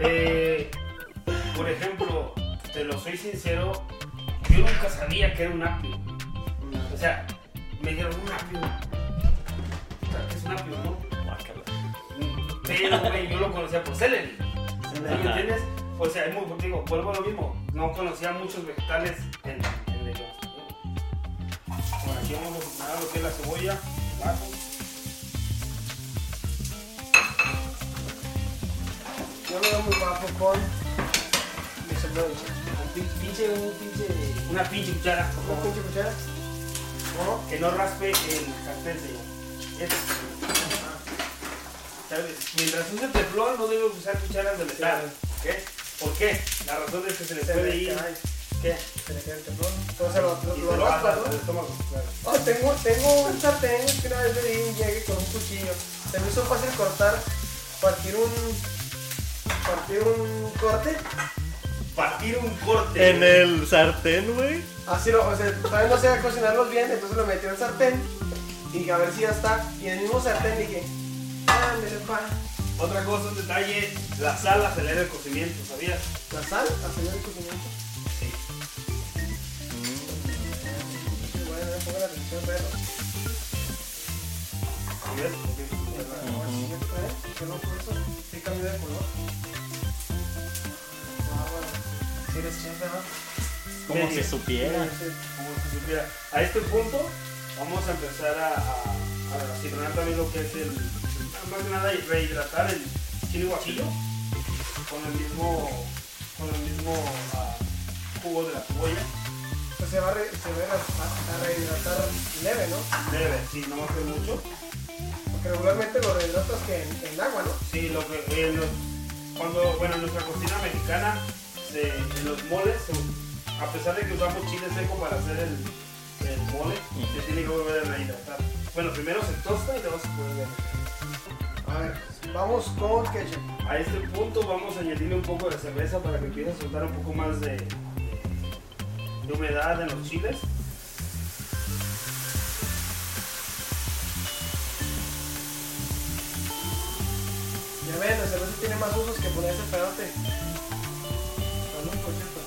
Eh, por ejemplo, te lo soy sincero, yo nunca sabía que era un apio. O sea, me dijeron un apio. Puta, ¿qué Es un apio, ¿no? [LAUGHS] Guácala. Pero, güey, yo lo conocía por celery. ¿Sí ¿Me Ajá. entiendes? O sea, es muy, digo, vuelvo a lo mismo. No conocía muchos vegetales en, en el Por aquí vamos a poner lo que es la cebolla, el ajo. Yo me veo muy guapo con mi sombrero de chef. un pin- pinche, un pinche, una pinche cuchara, por ¿Una favor. pinche cuchara? ¿No? que no raspe el cartel, señor. Es- ¿Sabes? Mientras use teflón no debe usar cucharas de metal. ¿Qué? ¿Por qué? La razón es que se les Se puede le ir. cae, ¿Qué? se le cae el teflón. Entonces lo- Y lo se lo lo raspa, pasa al ¿no? estómago. claro. Oh, tengo, tengo un sartén que una vez le di un llegue con un cuchillo. Se me hizo fácil cortar, partir un, partir un corte. Partir un corte. En el sartén, güey. Así lo, o sea, todavía no sé cocinarlos bien, entonces lo metí al sartén y dije, a ver si ya está. Y en el mismo sartén dije, ándale pa, Otra cosa, un detalle, la sal acelera el cocimiento, ¿sabías? la sal, aceleró el cocimiento. Sí. Bueno, no pongo la atención, pero. cambió de color. Yo no por eso sí cambió de color. Ah, bueno. Si eres chef, ¿verdad? Como si supiera. Como se supiera. A este punto vamos a empezar a, a, a citronar también lo que es el, más que nada rehidratar el chile guajillo con el mismo, con el mismo ah, jugo de la cebolla. Pues se va a, re- se va a, re- a rehidratar leve, ¿no? Debe, sí, no va a ser mucho. Porque regularmente lo rehidratas que en, en agua, ¿no? Sí, lo que eh, los- cuando, bueno, en nuestra cocina mexicana, se- en los moles, se- a pesar de que usamos chile seco para hacer el, el mole, se tiene que volver a rehidratar. Bueno, primero se tosta y luego se vuelve a A ver, vamos con ketchup. A este punto vamos a añadirle un poco de cerveza para que empiece a soltar un poco más de, de humedad en los chiles. Ya ven, la cerveza tiene más usos que ponerse pedote. Salud, por cierto.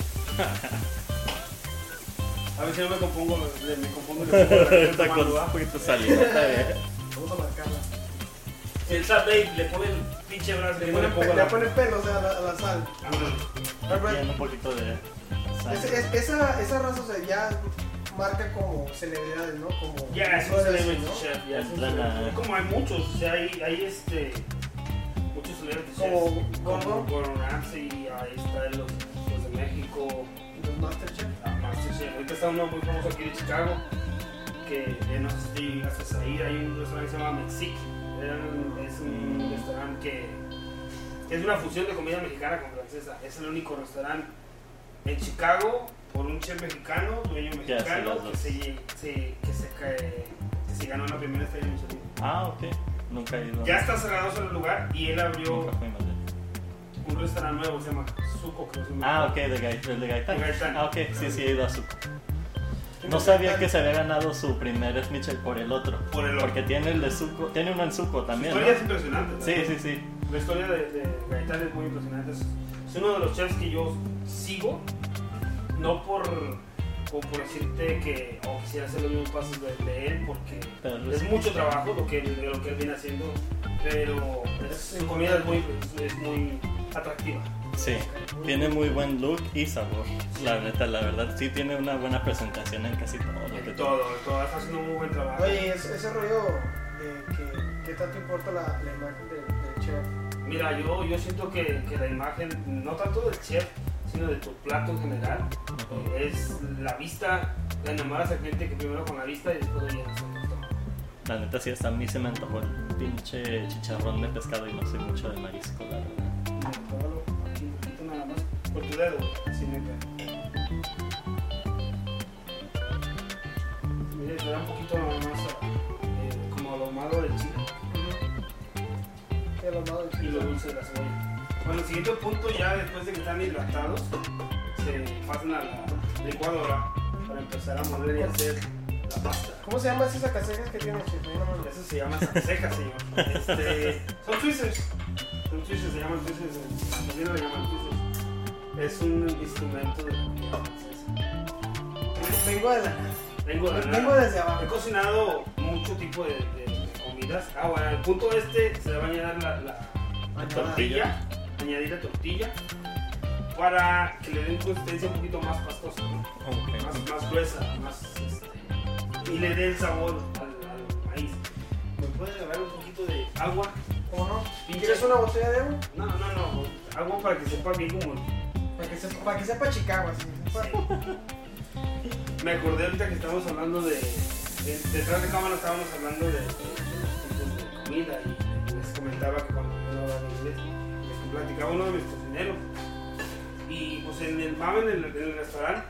A ver si no me compongo, me, me compongo. que estoy [LAUGHS] tomando Está con agua. un poquito de [LAUGHS] saliva, está bien. Vamos a marcarla. El sal Dave le pone el pinche brazo, le Le pone ponen un poco pe- la... le ponen pelos a la, a la sal. Ándale. Alfred, Tiene un poquito de sal. es- es- esa, esa raza o sea, ya marca como celebridades, ¿no? Como Ya, es un influencers, celebrity ¿no? chef, ya es un En plan, celebrity. ah. Como hay muchos, o sea, hay, hay este, muchos celebrity Como chefs. Gordon. Gordon Ramsay, ahí están los, los de México, Los Masterchef. la Masterchef. Ah, Ahorita está uno muy famoso aquí de Chicago, que eh, no sé si te llegaste a ir, hay un restaurante que se llama Mexic. Era un- Es un restaurante que, que es una fusión de comida mexicana con francesa. Es el único restaurante en Chicago por un chef mexicano, dueño Que hace las mexicano, dos. que se, lle- se- que, se, cae- que se ganó la primera estrella Michelin. Ah, ok. Nunca he ido. Ya está cerrado solo el lugar y él abrió Nunca fui a Madrid. un restaurante nuevo que se llama Suco, creo que se llama. Ah, ok, de Gaitán. El de Gaitán. De Gaitán. Ah, ok, sí, sí, he ido a su. No sabía que se había ganado su primer Mitchell por el otro. Por el otro. Porque tiene el de Zuko, tiene uno en Zuko La también. historia es ¿no? impresionante. ¿no? Sí, sí, sí. La historia de, de Gaitán es muy impresionante. Es, es uno de los chefs que yo sigo, no por, como por decirte que o quisiera hacer los mismos pasos de, de él, porque Pero es es- mucho trabajo lo que, lo que él viene haciendo, pero es- su comida es muy, es muy atractiva. Sí, tiene muy buen look y sabor. La neta, la verdad, sí tiene una buena presentación en casi todo lo que En todo, en todo, está haciendo un muy buen trabajo. Oye, es- ese rollo de que qué tanto importa la, la imagen del, del chef. Mira, yo, yo siento que, que la imagen, no tanto del chef, sino de tu plato en general, Ujú. eh, es la vista, la enamoras al cliente que primero con la vista y después de llenas con el estómago. La neta, sí, hasta a mí se me antojó el pinche chicharrón de pescado y no soy mucho de marisco, la verdad. Pruébalo aquí un poquito nada más, con tu dedo, así neta. Mira, te da un poquito nada más eh, como lo malo del chile Que lo malo del y lo chef. dulce de la cebolla. Bueno, el siguiente punto ya después de que están hidratados, se pasan a la licuadora para empezar a moler y hacer la pasta. ¿Cómo se llaman esas caseras que tiene el chef? Ahí nomás lo- Eso se llama sanseca, señor. Este, son twisters. Son twisters, se llaman twisters. en- También lo llaman twisters. Es un instrumento de la comida francesa. Vengo de la- Vengo de la vengo nada. desde abajo. He cocinado mucho tipo de, de- de comidas. Ah, bueno, el punto este se le va a añadir la, la Ah, tortilla. Añadir la tortilla para que le den consistencia un poquito más pastosa, ¿no? más, más gruesa, más. este, y le dé el sabor al, al maíz. ¿Me puedes regalar un poquito de agua? ¿Cómo no? Pinche- ¿Quieres una botella de agua? No, no, no. Agua para que sepa bien como. Para que sepa, para que sepa Chicago, así. [LAUGHS] Me acordé ahorita que estábamos hablando de. de- detrás de cámara estábamos hablando de, de- de los tipos de comida y les comentaba que cuando yo hablaba inglés, les platicaba uno de mis cocineros. Y pues en el mame, en el, en el restaurante,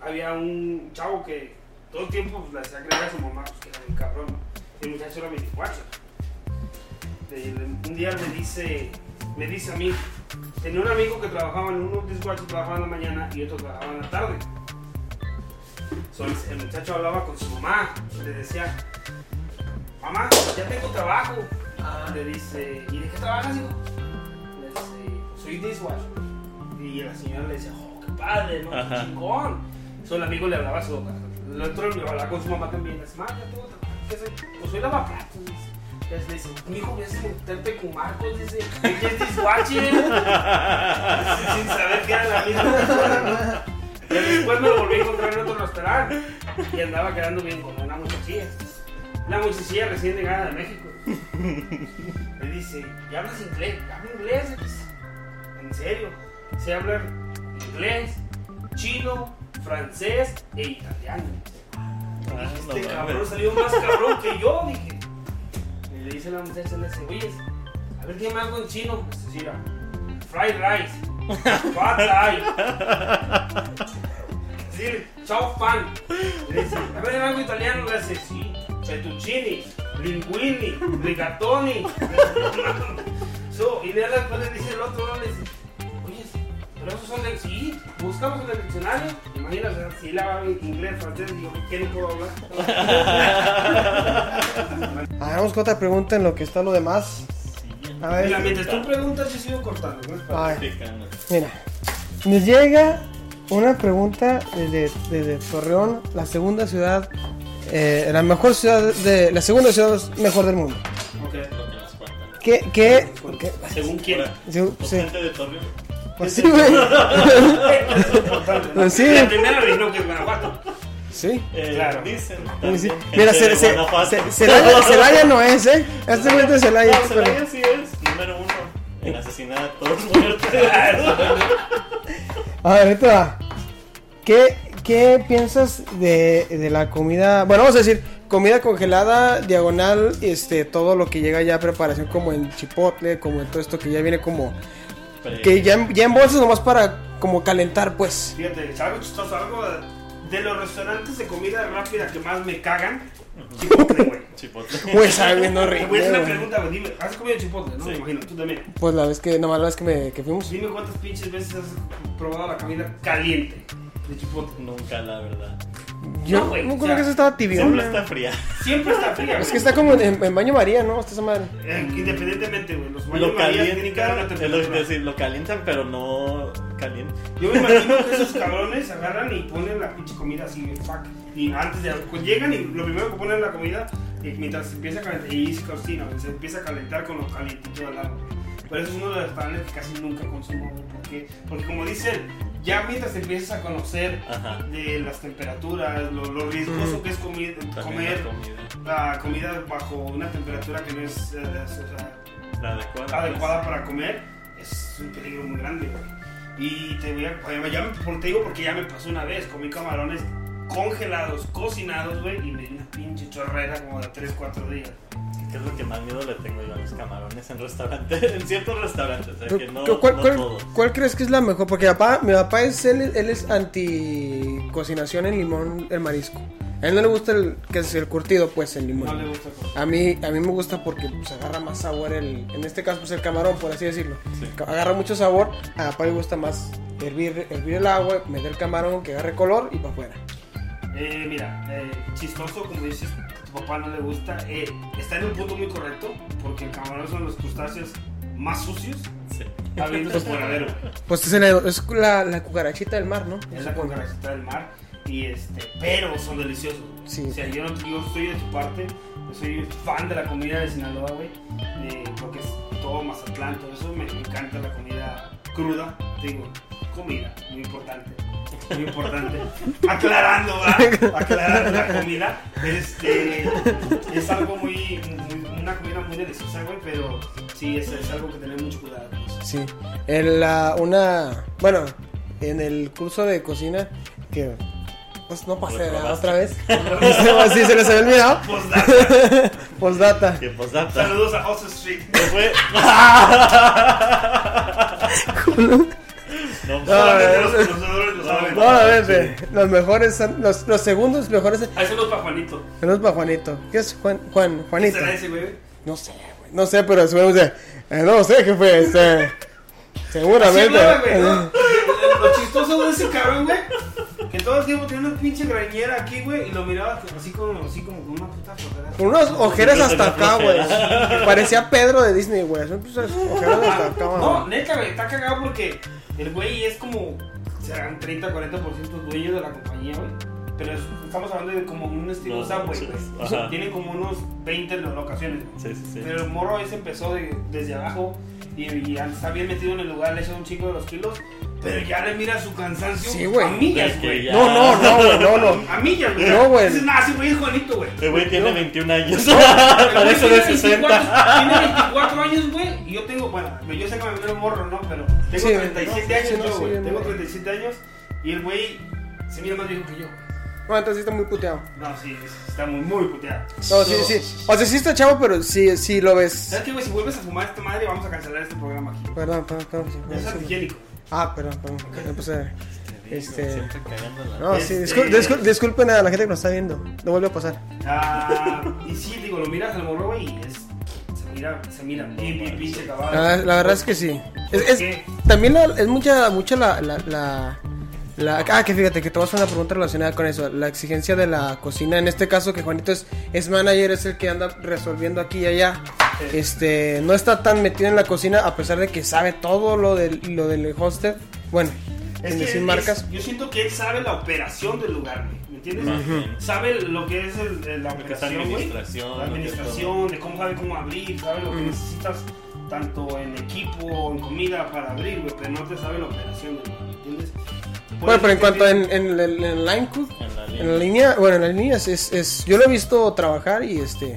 había un chavo que todo el tiempo pues, le hacía creer a su mamá pues, que era un cabrón. ¿no? Y el muchacho era 24. Un día me dice, me dice a mí, tenía un amigo que trabajaba en unos dishwashers, trabajaba en la mañana y otro trabajaba en la tarde. So, el- el muchacho hablaba con su mamá, le decía, mamá, ya tengo trabajo. Le dice, ¿y de qué trabajas, hijo? Le dice, soy dishwasher. Y la señora le dice, oh, qué padre, no, qué Ajá. chingón. So, el amigo le hablaba a su El otro le hablaba con su mamá también, le dice, mamá, ya tengo trabajo. ¿Qué soy? Pues soy lavaplatos. dice. Les dice, hijo, me haces meterte con Marcos, pues, dice, ¿qué es this watching? [LAUGHS] Sin saber que era la misma persona, ¿no? Y después me lo volví a encontrar en otro restaurante y andaba quedando bien con una muchachilla. La muchachilla recién llegada de México. Me dice, ¿ya hablas inglés? ¿Hablo inglés? pues, En serio, sé hablar inglés, chino, francés e italiano. Ah, no Este cabrón mames. salió más cabrón que yo, dije. Y le dice a la muchacha en las cebollas. A ver, ¿qué me hago en chino? Pues decía, fried rice, pad thai, es decir, chao fan. Le dice, a ver, ¿me hago italiano? Le dice, sí, fettuccini, linguini, rigatoni. [LAUGHS] so, y de ahí después le dice el otro, ¿no? le dice, oye, pero esos son de... Sí, buscamos en el diccionario. Imagínate, si la en inglés, francés, digo, ¿qué no puedo hablar? [LAUGHS] Hagamos otra pregunta en lo que está lo demás. A ver. Mira, mientras tú preguntas, yo sigo cortando. ¿no? Para- Ay, Picando. mira. Nos llega una pregunta desde, desde Torreón, la segunda ciudad, eh, la mejor ciudad de, la segunda ciudad mejor del mundo. Ok. Lo que nos cuentan. ¿Qué, qué? qué- Según quién. Ahora, Sí, pues, sí. gente de Torreón. Pues sí, güey. Es importante, ¿no? Pues sí. La primera vez no que es Guanajuato. Sí. [LAUGHS] Eh, Claro. Dicen. Sí, sí. también gente Mira, se, de se, Guanajuato. se- Celaya, Celaya no es, ¿eh? Este güey es de Celaya. No, pero- Celaya sí es número uno en asesinatos, [LAUGHS] muertes. A ver, ahorita va. ¿Qué, qué piensas de, de la comida? Bueno, vamos a decir, comida congelada, diagonal, este, todo lo que llega ya a preparación, como en chipotle, como en todo esto que ya viene como. Que ya, en- ya en bolsas nomás para como calentar, pues. Fíjate, algo chistoso, algo de los restaurantes de comida rápida que más me cagan. Chipotle, güey. Chipotle. [LAUGHS] [LAUGHS] Pues sabiendo rico. Güey, es una güey. pregunta, güey. Dime, ¿has comido chipotle? No, Sí. me imagino, tú también. Pues la vez que, nomás la vez que, me, que fuimos. Dime cuántas pinches veces has probado la comida caliente de chipotle. Nunca, la verdad. Yo No, güey, no o creo sea, que eso estaba tibio. Siempre güey. está fría. Siempre está fría, Es güey. que está como en, en baño María, ¿no? Está esa madre. Eh, Independientemente, güey. Los Lo baños María tienen que dar una calientan, es lo que te temperatura. decir, lo calientan, pero no caliente. Yo me imagino que esos cabrones agarran y ponen la pinche comida así, güey, fuck. Y antes de. pues Llegan y lo primero que ponen en la comida, y mientras se empieza a calentar, y se cocina, güey, se empieza a calentar con lo calientito al lado. güey. Pero eso es uno de los panes que casi nunca consumo, güey, porque, porque como dicen, ya mientras te empiezas a conocer Ajá. de las temperaturas, lo, lo riesgoso que es comi- Mm. También comer la comida. la comida bajo una temperatura que no es eh, o sea, La adecuada. pues. adecuada para comer es un peligro muy grande, güey. Y te voy a. oye, Ya me, por- te digo porque ya me pasó una vez. Comí camarones congelados, cocinados, güey, y me dio una pinche chorrera como de 3-4 días. pues, que es lo que más miedo le tengo yo a los camarones en restaurantes, [LAUGHS] en ciertos restaurantes, eh, que no, ¿Cu- ¿Cuál, no cuál- todos. cuál crees que es la mejor? Porque mi papá, mi papá es, él, él es anti cocinación en limón, el marisco. A él no le gusta el, que es el curtido, pues, el No le limón. gusta comer. A mí, a mí me gusta porque pues, agarra más sabor el, en este caso, pues el camarón, por así decirlo. Sí. Ca- Agarra mucho sabor, a papá le gusta más hervir, hervir el agua, meter el camarón, que agarre color y para afuera. Eh, mira, eh, chistoso, como dices, a tu papá no le gusta. eh, está en un punto muy correcto porque el camarón son los crustáceos más sucios. Sí. Habiendo su paradero, güey. Pues es, el- es la, la cucarachita del mar, ¿no? Es la cucarachita del mar. Y este, pero son deliciosos. güey. Sí. O sea, yo, no, yo estoy de tu parte. Yo soy fan de la comida de Sinaloa, güey. eh, porque es todo Mazatlán, todo eso. Me, me encanta la comida cruda. Te digo, comida, muy importante. Muy importante. Aclarando, ¿verdad? Aclarando la comida. Este, es algo muy, muy- Una comida muy deliciosa, güey. Pero sí, es, es algo que tener mucho cuidado. con eso. Sí. En la, una, bueno, en el curso de cocina que pues no pasé ¿verdad? Reprobaste. otra vez. [LAUGHS] sí, se les había olvidado. Pues nada, Postdata. Que posdata. Saludos a Oso Street. Que fue. No, Ah, Solamente eh, los conocedores lo saben. No, a ver, ve, los mejores, son- los, los segundos mejores son Ahí son los pa' Juanito. los para Juanito. ¿Qué es Juan, Juan, ¿Qué Juanito? será ese, güey? No sé, güey. No sé, pero seguramente. eh, no sé, jefe, este. Sí, Seguramente. hablaba, güey, ¿no? Lo chistoso de ese cabrón, güey. Que todo el tiempo tenía una pinche grañera aquí, güey. Y lo miraba así como, así como con una puta flojera. Con unas ojeras Siempre hasta tenía acá, güey. Parecía Pedro de Disney, güey. Son pues, esas ojeras hasta acá, güey. Ah, No, neta, güey. Está cagado porque el güey es como. Serán 30, 40% dueño de la compañía, güey. Pero es- estamos hablando de como un estilo Los Subway, sándwiches, güey. pues. [LAUGHS] ajá. Tiene como unos 20 lo- locaciones, güey. Sí, sí, sí. Pero el morro ese empezó de- desde abajo y, y al estar bien metido en el lugar, le echa un chico de los kilos. Pero ya le mira su cansancio Sí, güey. a millas, Es que güey. ya- No, no, no, güey, no, no. A millas, güey. No, güey. Dices, nah, ese güey es Juanito, güey. El güey tiene 21 años. El güey Parece de tiene 24 60. Tiene 24 años, güey. Y yo tengo, bueno, yo sé que me veo morro, ¿no? Pero tengo Sí, 37 no, sí, años, sí, no, yo, sí, güey. bien tengo morro. 37 años. Y el güey se mira más viejo que yo. No, entonces sí está muy puteado. No, sí, es- está muy, muy puteado. No, sí, sí. O sea, sí está chavo, pero sí, sí lo ves. ¿Sabes qué, güey? Si vuelves a fumar esta madre, vamos a cancelar este programa aquí. Perdón, perdón, perdón. sí, Es perdón, sí. antigénico. Ah, perdón, perdón. Ya puse- Este- Siempre cagando la. No, sí, discul- discul- disculpen a la gente que nos está viendo. Lo vuelve a pasar. Ah, y sí, digo, lo miras al morro, güey, y es. Se mira, se mira bien, bien, pinche La, caballo. verdad- la verdad es que sí. Es, es- ¿Qué? también la- es mucha, mucha la, la, la- la- Ah, que fíjate, que te vas a hacer una pregunta relacionada con eso. La exigencia de la cocina. En este caso, que Juanito es, es manager, es el que anda resolviendo aquí y allá. Sí. Este, no está tan metido en la cocina, a pesar de que sabe todo lo del, lo del hostel. Bueno, sin decir marcas. yo siento que él sabe la operación del lugar, güey, ¿me entiendes? Ujú. Sabe lo que es el- el- la Lo que es operación, güey. administración, La lo que es administración, de cómo sabe cómo abrir, sabe lo que Ujú. necesitas tanto en equipo, en comida para abrir, güey, pero no te sabe la operación del lugar, ¿me entiendes? Por Bueno, eso pero en te cuanto a digo- en, en, el- en el line cook, En la en la línea. línea, bueno, en las líneas es, es- yo lo he visto trabajar y este,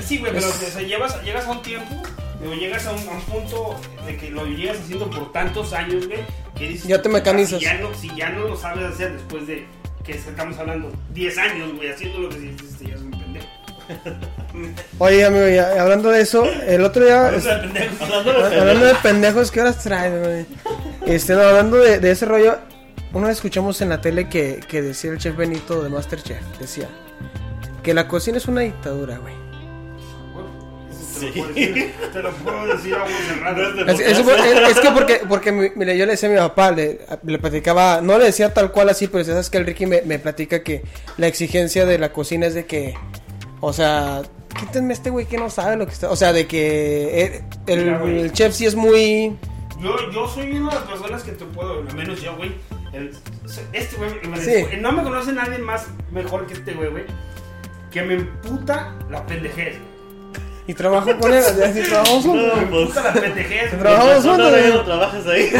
Sí, güey, pero Es- o sea, llevas, llegas a un tiempo, o llegas a un, a un punto de que lo llevas haciendo por tantos años, güey, que dices... "Ah, Ya te mecanizas. Si ya, no, si ya no lo sabes hacer después de que estamos hablando 10 años, güey, haciendo lo que sí hiciste, ya es un pendejo. oye amigo, ya, hablando de eso, el otro día, O sea, pendejo. Hablando de hablando de pendejos, ¿qué horas traes, güey? Este, no, hablando de, de ese rollo, una vez escuchamos en la tele que, que decía el chef Benito de Masterchef, decía que la cocina es una dictadura, güey. Eso Te, lo puedo decir, te lo puedo decir a ojos cerrados. No es de- Es, es- es- es que porque, porque mi- mira, yo le decía a mi papá, le, le platicaba, no le decía tal cual así, pero sabes que el Ricky me, me platica que la exigencia de la cocina es de que, o sea, quítenme a este güey que no sabe lo que está, o sea, de que eh, el, el- Mira, güey. el chef sí es muy... Yo, yo soy una de las personas que te puedo, al menos yo, güey. el- Este güey, me- me- Sí. no me conoce nadie más mejor que este güey, güey. Que me emputa la pendejez. güey. Y trabajo con él, ya sí, trabajamos juntos. Me No, pues. emputa la [LAUGHS] pendejez. güey. Trabajamos Pues, no, juntos, no, güey. no trabajas ahí.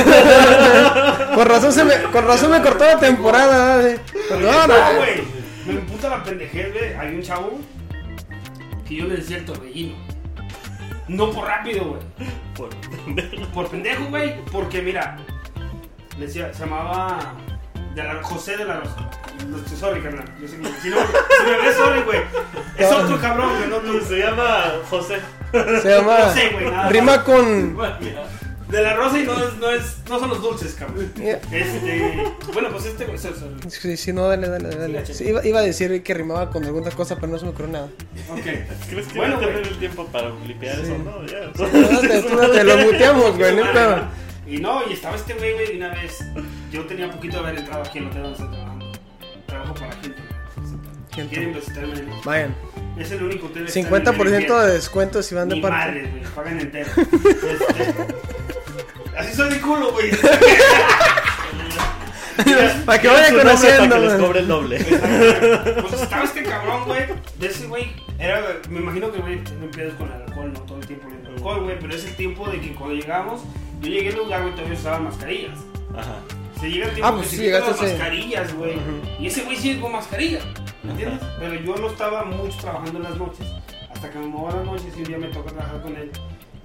Con razón, se me, con razón me cortó la temporada. ¿eh? Oye, no, No, no, güey. Me emputa la pendejez, güey. Hay un chavo que yo le decía el torbellino. No por rápido, güey. Por- Por pendejo, güey. Porque mira, le decía, se llamaba de la- José de la Rosa. No, estoy sorry, carnal. Yo sé que si no, si me ves sorry, güey. Es otro cabrón, güey. No, no, Se llama José. se llama... no sé, güey. nada más. Rima con... De la Rosa y no, es, no, es, no son los dulces, cabrón. Yeah. Este. Bueno, pues este, güey. es eso. eh, Sí, sí, no, dale, dale, dale. Sí, iba, iba a decir que rimaba con alguna cosa, pero no se me ocurrió nada. Ok. ¿Crees que Bueno, bueno, a güey. tener el tiempo para limpiar eso? No, ya. Espérate, espérate, lo muteamos, güey, Vale, neta. Y no, y estaba este güey, güey, de una vez. Yo tenía poquito de haber entrado aquí en el hotel donde estoy trabajando. Trabajo para gente. Hilton. Quieren visitarme. Vayan. Es el único hotel. 50% de descuento si van de Ni parte. madre, güey, pagan [LAUGHS] entero. Este, así soy de culo, güey. [LAUGHS] Para que Digan vayan su nombre conociendo. Para que les güey. cobre el doble. Pues estaba este cabrón, güey. De ese güey. Era, me imagino que, güey, no empiezas con el alcohol, no todo el tiempo el alcohol, güey. Pero es el tiempo de que cuando llegamos, yo llegué al lugar, güey, todavía usaban mascarillas. Ajá. Se llega el tiempo Ah, pues que sí, se quitan las llegaste a ese- mascarillas, güey. Y ese güey sigue con mascarilla, ¿me entiendes? Pero yo no estaba mucho trabajando en las noches. Hasta que me muevo a las noches y un día me toca trabajar con él.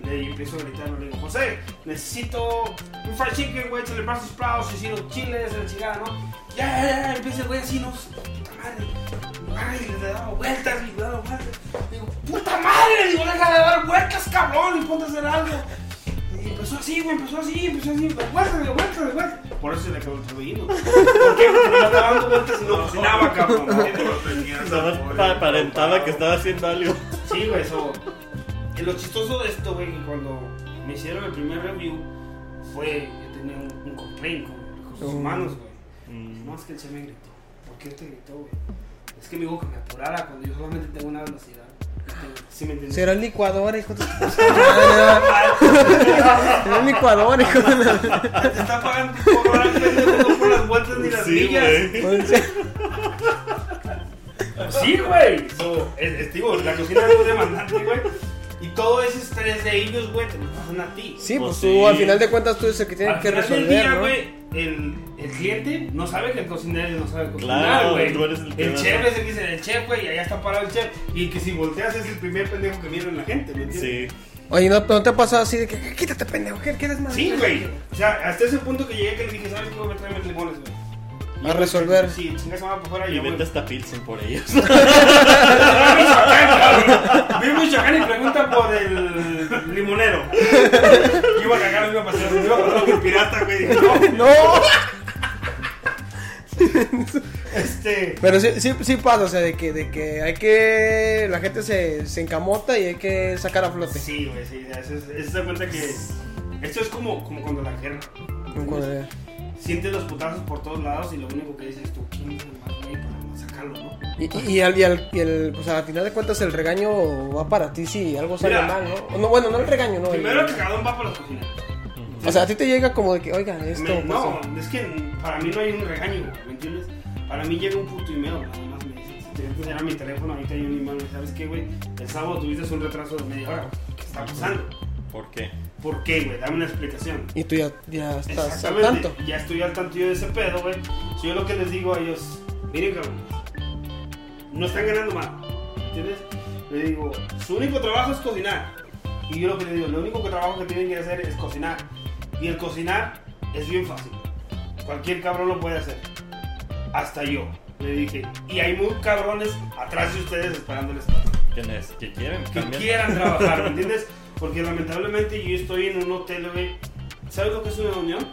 Le y empiezo a gritar, le digo, José, necesito un fried chicken, güey, échale brazos sprouts, y los chiles, la chingada, ¿no? Ya, ya, ya, ya, empieza el güey así, no, puta madre. Ay, le daba vueltas, y le daba vueltas. Digo, puta madre, digo, deja de dar vueltas, cabrón, y ponte a hacer algo. Y empezó así, güey, empezó así, empezó así, güey, vuelta, güey, vuelta, güey, vuelta. Por eso se le quedó el torbellino. ¿Por qué? Porque no estaba dando vueltas y no cocinaba, cabrón. Nada más pa- aparentaba que estaba haciendo algo. Sí, güey, eso. Y Lo chistoso de esto, güey, que cuando me hicieron el primer review fue yo tenía un, un complaint con los recursos Oh. Mm. humanos, güey. No, es que el se me gritó. ¿Por qué te gritó, güey? Es que me dijo que me apurara cuando yo solamente tengo una velocidad. ¿Sí me entiendes? Si era licuadora, hijo de tu puta madre. Era un licuador, hijo de la- Te está pagando por hora que no por las vueltas ni las Sí, millas. güey. Sí, güey. So, es, es- digo, la cocina es muy demandante, güey. Y todo ese estrés de ellos, güey, te lo pasan a ti. Sí, Pues pues sí. tú al final de cuentas tú eres el que tiene Al que final del resolver, día, ¿no? güey, el, el cliente no sabe que el cocinero no sabe cocinar, Claro, güey. tú eres el que vas chef a- es el que dice, el chef, güey, y allá está parado el chef. Y que si volteas es el primer pendejo que mira en la gente, ¿me entiendes? Sí. Oye, ¿no, no te ha pasado así de que quítate, pendejo, que quieres más? Sí, güey. O sea, hasta ese punto que llegué que le dije, ¿sabes qué? Voy a meterme limones, güey. A resolver. Sí, chingas se va para afuera y Y yo, güey. vete hasta Pilsen por ellos. [LAUGHS] Ve Michoacán, cabrón. Ve Michoacán y pregunta por el limonero. Iba a cagar, iba a pasar, iba a pasar por pirata, güey. No, ¡No! este. Pero sí, sí, sí pasa, o sea, de que, de que hay que... La gente se, se encamota y hay que sacar a flote. Sí, güey, sí. o sea, eso Es, eso se da cuenta que. Esto es como, como cuando la guerra. Un cuadro. Sientes los putazos por todos lados y lo único que dices tú, ¿quién es el más güey para sacarlo, no? Y, y, y al, y al- y el- pues al final de cuentas el regaño va para ti si algo sale Mira. mal, ¿no? O ¿no? Bueno, no el regaño, no. el- Primero el cagadón va para los cocineros. o sea, a ti te llega como de que, oigan, esto... pues, Me- no, pasó". es que para mí no hay un regaño, güey, ¿me entiendes? Para mí llega un puto email, nada más me dicen, si te enseñara mi teléfono, ahorita hay un email, ¿sabes qué, güey? El sábado tuviste un retraso de media hora, güey. ¿qué está pasando? ¿Por qué? ¿Por qué, güey? Dame una explicación. Y tú ya, ya estás al Exactamente, tanto. ya estoy al tanto yo de ese pedo, güey. So, yo lo que les digo a ellos, miren, cabrón, no están ganando mal, ¿entiendes? Le digo, su único trabajo es cocinar. Y yo lo que les digo, lo único que trabajo que tienen que hacer es cocinar. Y el cocinar es bien fácil. Cualquier cabrón lo puede hacer. Hasta yo, le dije. Y hay muy cabrones atrás de ustedes esperándoles ¿Quién es? ¿Qué quieren? que Cambiar. quieran trabajar, ¿me entiendes? Porque lamentablemente yo estoy en un hotel, güey. ¿Sabes lo que es una unión?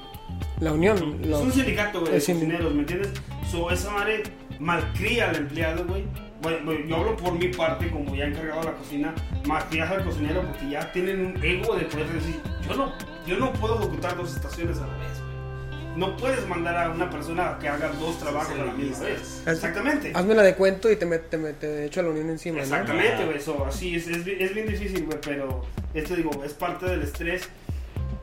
La unión. Es lo- un sindicato, güey, de Es sindi- cocineros, ¿me entiendes? So, esa madre malcría al empleado, güey. Bueno, bueno, yo hablo por mi parte, como ya encargado de la cocina, malcría al cocinero porque ya tienen un ego de poder decir, yo no, yo no puedo ejecutar dos estaciones a la vez, güey. No puedes mandar a una persona que haga dos trabajos a la misma vez. Haz- Exactamente. Hazme la de cuento y te, met- te, met- te echo la unión encima, ¿no? Exactamente, güey, eso, así es, es, bi- es bien difícil, güey, pero esto digo, es parte del estrés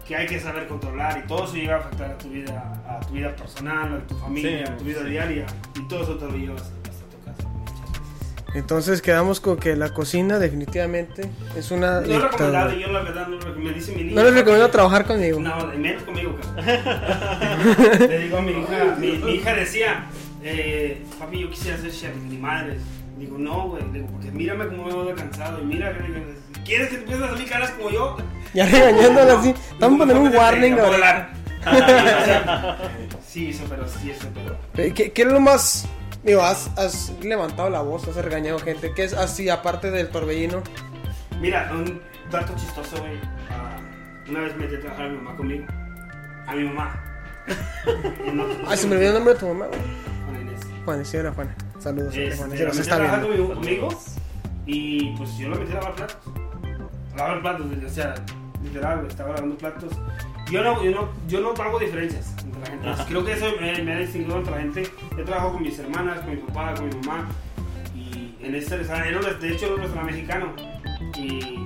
que hay que saber controlar y todo eso llega a afectar a tu vida, a tu vida personal, a tu familia, Sí, a tu vida sí. diaria y todo eso te lo llevas hasta tu casa. muchas Ah, veces. Entonces quedamos con que la cocina definitivamente es una... No es dictadura. recomendable, yo la verdad no lo recomiendo, me dice mi niña. No les recomiendo trabajar conmigo. No, de menos conmigo, [LAUGHS] cabrón. Le digo a mi hija, mi, mi hija decía, eh, papi, yo quisiera ser chef, mi madre. Digo, no, güey, digo, porque mírame cómo me veo de cansado y mira, ¿quieres que te empieces a salir caras como yo? Ya regañándola así. Vamos a poner un Ponte warning a ahora. volar. O [LAUGHS] sea, Sí, eso, pero sí, eso, pero. Eh, ¿Qué, qué es lo más.? Digo, has, has levantado la voz, has regañado gente. ¿Qué es así, aparte del torbellino? Mira, un dato chistoso, güey. Ah, una vez metí a trabajar a mi mamá conmigo. A mi [LAUGHS] mamá. Ay, Ah, se me olvidó el nombre de tu mamá, güey. Con Inés. Juan Isidro, Juana. Saludos, Este, Juan la Isidro. Se metí a está trabajar viendo. conmigo, conmigo y pues yo lo metí a lavar platos. A lavar platos, o sea, literal, güey, estaba lavando platos. Yo no, yo, no, yo no hago diferencias entre la gente. Creo que eso me, me ha distinguido entre la gente. Yo trabajo con mis hermanas, con mi papá, con mi mamá. Y en este restaurante, era un rest- de hecho era un restaurante mexicano. Y,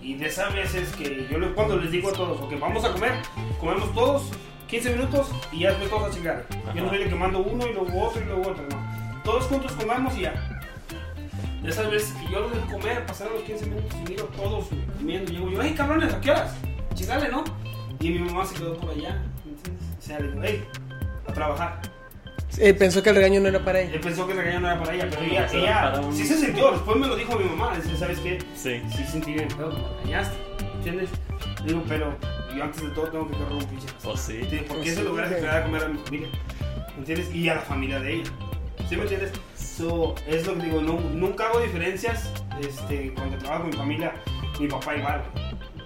y de esas veces que yo les- cuando les digo a todos, ok, vamos a comer, comemos todos 15 minutos y ya después todos a chingar. Yo no soy el que mando uno y luego otro y luego otro, no. Todos juntos comamos y ya. De esas veces que yo los dejo comer, pasaron los 15 minutos y miro todos comiendo. Y llego yo, hey cabrones, ¿a qué horas? Chingale, ¿no? Y mi mamá se quedó por allá. ¿entiendes? O sea, le digo, hey, a trabajar. Eh, pensó que el regaño no era para ella. Él pensó que el regaño no era para ella, pero Pero ella, se ella para un- sí se sintió. Después me lo dijo mi mamá. Dice, ¿sabes qué? Sí. Sí sentí bien, pero me regañaste. ¿Entiendes? Digo, pero yo antes de todo tengo que correr un pinche razón. ¿O sí? ¿Entiendes? Porque Pues ese sí, lugar es el que le güey. da de comer a mi familia. ¿Entiendes? Y a la familia de ella. ¿Sí me entiendes? So, es lo que digo, no- nunca hago diferencias este, cuando trabajo con mi familia. Mi papá igual.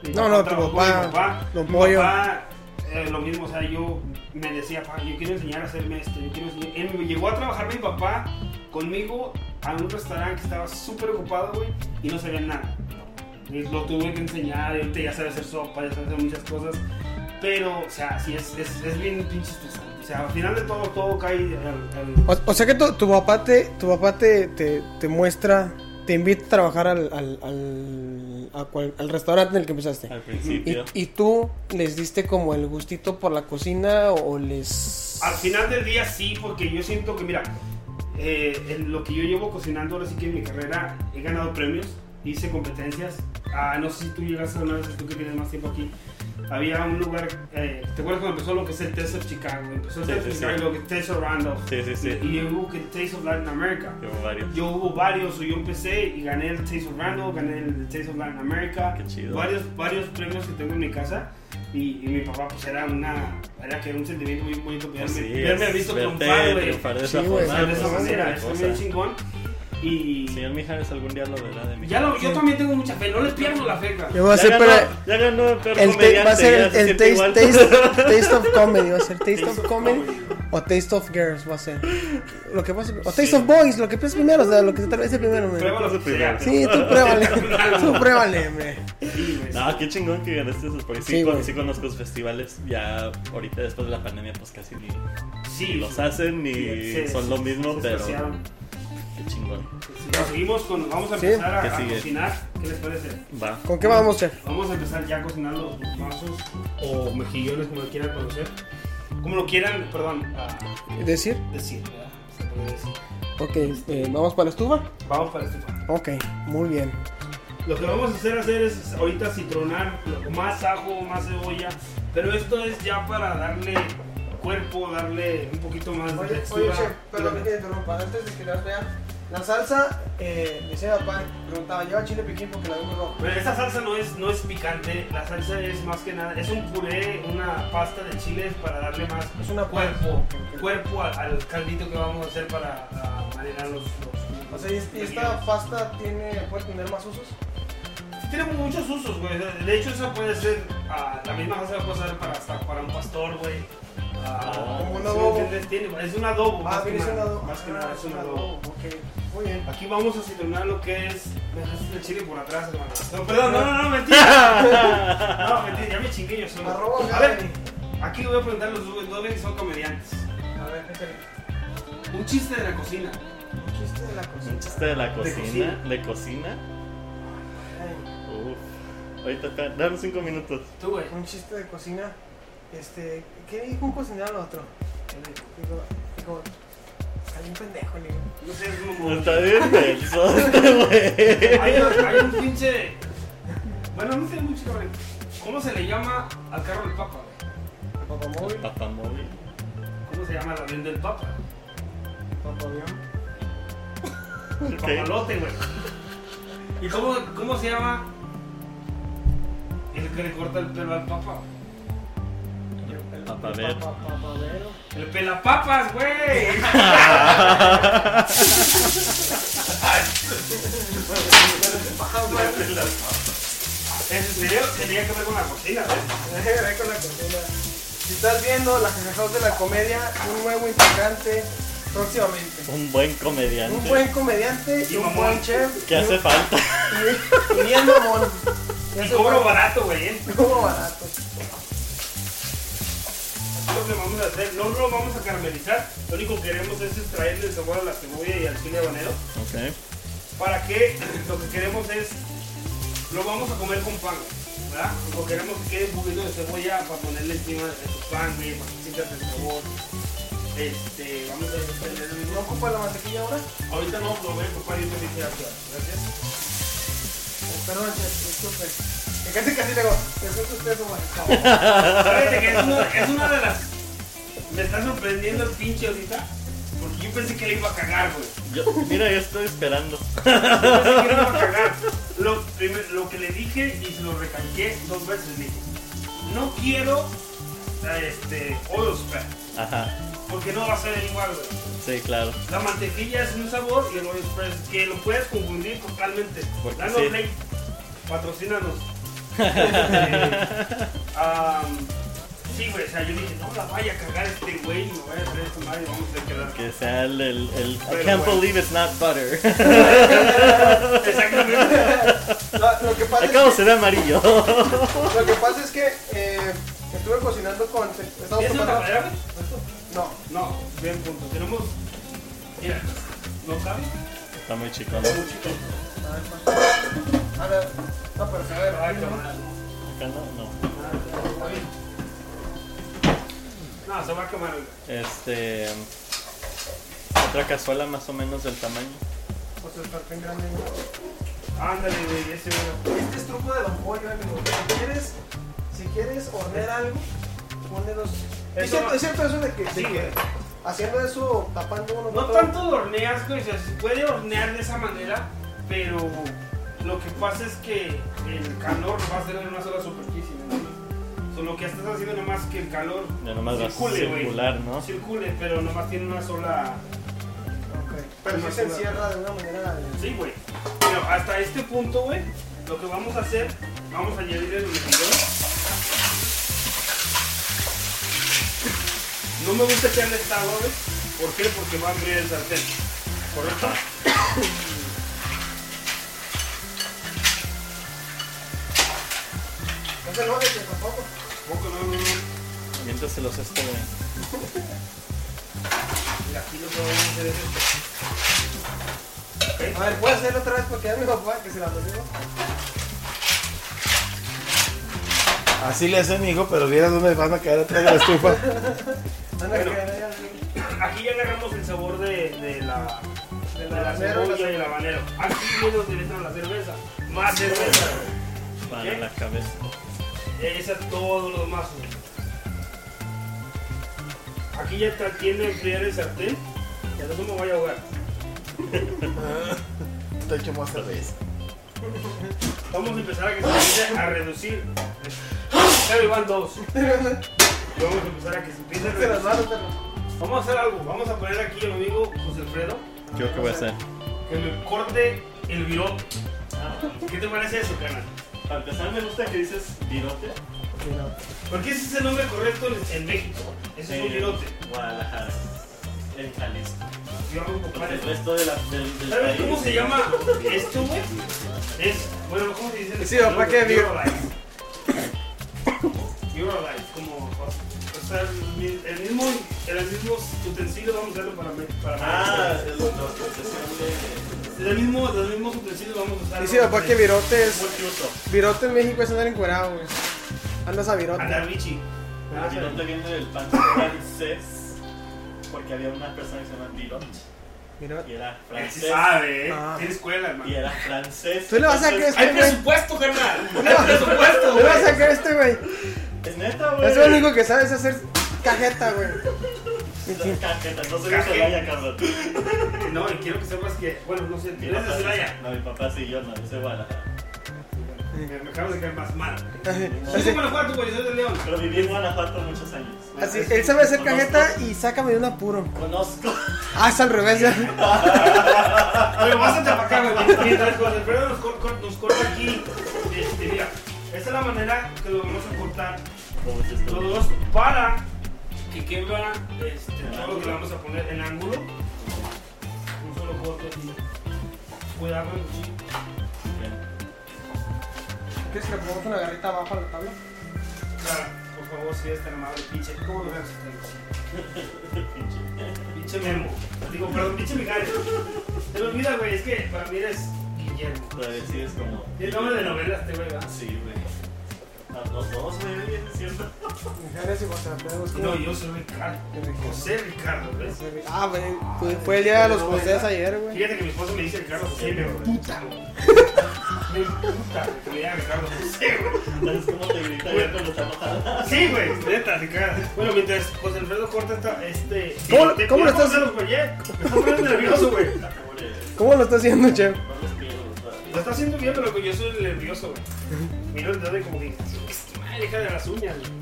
Mi No, papá no, tu trabajó con papá, Mi papá, don mi Pollo. papá, eh, lo mismo, o sea, yo me decía, "Pa, yo quiero enseñar a hacerme esto, yo quiero enseñar. Él me llegó a trabajar mi papá conmigo a un restaurante que estaba súper ocupado, güey, y no sabía nada. Y Pues, Lo tuve que enseñar, y ahorita ya sabe hacer sopa, ya sabe hacer muchas cosas. Pero, o sea, sí, es, es, es bien pinche estresante. O sea, al final de todo, todo cae al- al- O, o sea que tu, tu papá te, tu papá te, te, te muestra te invita a trabajar al, al, al, a cual- al restaurante en el que empezaste. Al Y, principio. y tú les diste como el gustito por la cocina o les... Al final del día sí, porque yo siento que, mira, eh, en lo que yo llevo cocinando ahora sí que en mi carrera he ganado premios, hice competencias. Ah, no sé si tú llegaste una vez, tú que tienes más tiempo aquí. Había un lugar, eh, ¿te acuerdas cuando empezó lo que es el Test of Chicago? Empezó el Sí, Test of sí, Chicago, sí. lo que es Test of Randolph. Sí, sí, sí. Y, y hubo que Taste of Latin America. Llevo varios. Yo hubo varios, yo empecé y gané el Taste of Randall, gané el Taste of Latin America. Qué chido. Varios, varios premios que tengo en mi casa. Y, y mi papá, pues era una. Era que era un sentimiento muy bonito. Verme, Así Pues es, verme visto verte triunfar, güey. triunfar de Sí, esa güey, forma. de pues, esa es manera, otra es cosa. muy chingón. Y. Señor Mijares, algún día lo verá de mí. Ya lo, yo también tengo mucha fe, no le pierdo la fe, cara. Yo voy a hacer, ganó, pero- ya ganó el peor el te- comediante. va a ser ya el, se el siente taste, igual. taste, taste of Comedy, va a ser Taste, Taste of of Comedy Comedy. o Taste of Girls, va a ser. Lo que pase, o Taste of Boys, lo que pienses primero, o sea, lo que se atraviese primero, güey. Pruébalo tú primero. Sí, tú [LAUGHS] pruébale, tú pruébale, güey. Sí, güey. [LAUGHS] No, qué chingón que ganaste esos por ahí. Sí, Sí, con- güey. sí conozco los festivales. Ya ahorita después de la pandemia, pues casi ni, Sí, ni los sí. hacen ni Sí, son sí, lo sí, mismo, se pero espaciaron. qué chingón. Sí, nos seguimos con. Vamos a Sí. empezar a- ¿Qué a, sigue? cocinar. ¿Qué les parece? Va. ¿Con qué vamos, chef? Vamos a empezar ya a cocinar los mazos o mejillones, como lo quieran conocer. Como lo quieran, perdón, a ¿Decir? decir, ¿verdad? Se puede decir. Ok, eh, ¿vamos para la estufa? Vamos para este pan. Ok, muy bien. Lo que vamos a hacer, hacer es ahorita citronar lo- más ajo, más cebolla. Pero esto es ya para darle cuerpo, darle un poquito más de Oye, textura. oye, chef, perdón eh, que te interrumpa. Antes de que la vea, la salsa, eh, me decía mi papá, preguntaba, lleva chile piquín porque la vemos rojo. Pero esta salsa no es, no es picante, la salsa es más que nada, es un puré, una pasta de chiles para darle más Es una cuerpo, pasta. cuerpo al, al caldito que vamos a hacer para ah, marinar los, los- O sea, ¿y este- y esta pasta tiene, puede tener más usos? Sí, Tiene muchos usos, güey. De hecho, esa puede ser, ah, la misma salsa la puede ser para, hasta para un pastor, güey. Ah, Como Oh, un ¿sí adobo. me entiendes? Tiene- es un adobo, Ah, más, que viene nada, siendo más que nada, es un adobo. Ok, muy bien. Aquí vamos a citronar lo que es. Me dejaste el chile por atrás, hermano. No, perdón, no, no, no, mentira. [LAUGHS] no, mentira, ya me chingué yo solo. Arroba a ver, Gaby. aquí voy a preguntar a los dos dos que son comediantes. A ver, échale. Un chiste de la cocina. Un chiste de la cocina. Un chiste de la De cocina. De cocina. Ay, Uf. Ahorita, espera, danos cinco minutos. Tú, güey. Un chiste de cocina. Este, ¿qué dijo un cocinero al otro? Digo, digo, salió un pendejo, le digo. No sé, es un humor. Está bien, denso este güey. Hay, un- hay un pinche. Bueno, no sé mucho, cabrón. ¿Cómo se le llama al carro del Papa, güey? Papamóvil, Papamóvil. ¿Cómo se llama el avión del Papa? papavión. El Ok. papalote, güey. ¿Y cómo, cómo se llama el que le corta el pelo al Papa? güey? Papavero. Pa- pa- papavero. El pelapapas, güey. Ese serio tenía que ver con la cocina, ¿eh? [LAUGHS] Ahí con la cocina. Si estás viendo la Jefe House de la comedia, un nuevo integrante próximamente. Un buen comediante. Un buen comediante, Y un mamón. buen chef. Que hace falta. Y, y bien mamón. Ya Y se cobro fue. barato, güey, ¿eh? Cobro barato. Lo que vamos a hacer, no lo vamos a caramelizar. Lo único que queremos es extraerle el sabor a la cebolla y al chile habanero. Ok. para que lo que queremos es lo vamos a comer con pan, ¿verdad? Lo que queremos que quede un poquito de cebolla para ponerle encima de tu pan, güey, para que sientas el sabor. Este, vamos a desprender el ¿No mismo. ocupa la mantequilla ahora? Ahorita no, lo voy a ocupar y yo te Gracias. Eh, Perdón, chef, disculpe. Que casi casi le digo, disculpe usted su [LAUGHS] mantequilla. Fíjate que es una, es una de las. Me está sorprendiendo el pinche ahorita. Porque yo pensé que le iba a cagar, güey. Yo- mira, yo estoy esperando. Yo pensé que le [LAUGHS] iba a cagar. Lo, primer- lo que le dije y se lo recalqué dos veces, le dije. No quiero este, oil spread. Ajá. Porque no va a ser igual, güey. Sí, claro. La mantequilla es un sabor y el Oreo Express que lo puedes confundir totalmente. Porque Danos sí. like, [LAUGHS] patrocínanos. Este, am, sí, güey, o sea, yo dije, no la vaya a cagar este güey, me voy a hacer esto madre y vamos a quedar. Que sea el. el, el- I Pero can't bueno. believe it's not butter. [LAUGHS] [LAUGHS] Exactamente. Lo, lo que pasa es Acabo que- se ve amarillo. Lo que pasa es que eh, estuve cocinando con. Estamos ¿Es una tomando- palabra, güey? No, No, bien punto. Tenemos. Mira, no cabe. Está muy chico, ¿no? Muchito. A ver, pa. A ver. No, pero se ve rápido, ¿no? Acá no, no. Está bien. No, se va a quemar. Este. Otra cazuela más o menos del tamaño. Pues el sartén grande. Ándale, güey, ese güey. Este es truco de Don Pollo, amigo. Si quieres, si quieres hornear algo, pone los... Es Eso cierto, no- es cierto eso de que, de Sí, que güey. haciendo eso, tapando uno No otro, tanto lo horneas, güey, o sea, se puede hornear de esa manera, pero lo que pasa es que el calor va a ser en una sola superficie, ¿no? O sea, lo que estás haciendo nomás que el calor Ya nomás va a Circule, güey. circular, ¿no? circule, pero nomás tiene una sola... Ok. Pero Una si se sola- encierra de una manera... eh, Sí, güey. Pero hasta este punto, güey, lo que vamos a hacer, vamos a añadir el hormiguero. No me gusta echarle esta agua, güey. ¿Por qué? Porque va a abrir el sartén. ¿Correcto? No se lo dejes tampoco. Poco, no, no, no. Mientras se los este, güey. Y aquí lo que vamos a hacer es esto. A ver, ¿puedes hacerlo otra vez? Porque ya mi papá que se la pusimos. Así le hace mi hijo, pero vieras dónde van a caer atrás de la estufa. Van a Bueno. quedar ahí así. Aquí ya agarramos el sabor de, de la, de la, habanero, la cebolla y el habanero. Aquí viene donde entra la cerveza. Más cerveza. güey. Para ¿Qué? la cabeza. Esa es todo lo demás. güey. Aquí ya está, tiene enfriar el sartén. Ya no se me voy a ahogar. Te echo más cerveza. Vamos a empezar a que se empiece a reducir. Ya me van dos. Vamos a empezar a que se empiece a Se las reducir. manos, pero... Vamos a hacer algo. Vamos a poner aquí a mi amigo José Alfredo. ¿Yo qué voy a hacer? que me corte el virote. ¿Qué te parece eso, canal? Para empezar, me gusta que dices virote. Porque ese es el nombre correcto en- en México. Ese es un virote. Guadalajara. En Jalisco. Yo hago un Porque compadre. el resto de la, del, del ¿Sabes país. cómo se llama esto, güey? Es, bueno, ¿cómo se dice? Sí, papá, ¿qué vir- Eurolife, como, o sea, el, el mismo, el mismo utensilio vamos a usarlo para, me- para Ah, es la procesión de. el mismo, los mismos utensilios vamos a usar. Dice papá que virote es. Multiuso. Virote en México es andar encuerado, güey. Andas a virote. Andar bichi. Ah, El virote viene del pan francés. Porque había una persona que se llama Virot. Virote. Y era Él sí francés. sabe, ¿eh? Ah. Tiene escuela, hermano. Y era francés. Tú le vas a Entonces, creer- Hay presupuesto, [LAUGHS] carnal. Hay presupuesto, Le güey. voy a sacar este, güey. Es neta, güey. Es lo único que sabes hacer cajeta, güey. La cajeta, no soy de Cajeta. [LAUGHS] Celaya, cabrón. No, y quiero que sepas que, bueno, no sé, Mi eres de papá sí- Celaya. No, mi papá sí, yo no, yo soy de Guadalajara. Me me acabas de caer más mal. Yo soy Así, Guanajuato, güey, yo soy de León. Pero viví en Guanajuato muchos años. así, él sabe hacer cajeta y sácame de un apuro. Conozco. Ah, es al revés, ya. Pero vas a tapar, [LAUGHS] güey. Mientras José Alfredo nos, cor- cor- nos corta aquí, este, mira, esta es la manera que lo vamos a cortar ¿Cómo se estuvo? todos para que quebra este, todo lo que le vamos a poner en ángulo. Un solo corte aquí. Cuidado, güey. ¿Quieres que le pongamos una garrita abajo a la tabla? Claro, por favor, si eres tan amable, pinche. ¿Cómo lo veas? [LAUGHS] Pinche Memo. Digo, perdón, pinche Mijares. Te lo olvida, güey, es que para mí eres Guillermo. Todavía sí es como. Tiene nombre de novela este güey, ¿verdad? Sí, güey. A los dos, güey, es cierto. Mujeres y José Alfredo. es como- No, yo soy Ricardo. José Ricardo, ¿ves? Ah, güey. fue- Fue el día de los posteos ayer, güey. Fíjate que mi esposo me dice Ricardo José, me puta, güey. [LAUGHS] Me puta, güey, que me diga Ricardo José, güey. ¿Sabes cómo te grita ya cuando está enojada? Sí, güey, neta, se caga. Bueno, mientras José Alfredo corta esta, este. ¿Cómo- te- cómo lo estás- ¿Cómo se los- oye, Me está poniendo nervioso, güey. Pobre, ¿Cómo lo está haciendo, chef? no los quiero, todavía. Lo está haciendo bien, pero yo soy el nervioso, güey. Miro el dedo y como que, "Qué madre, deja de las uñas, güey.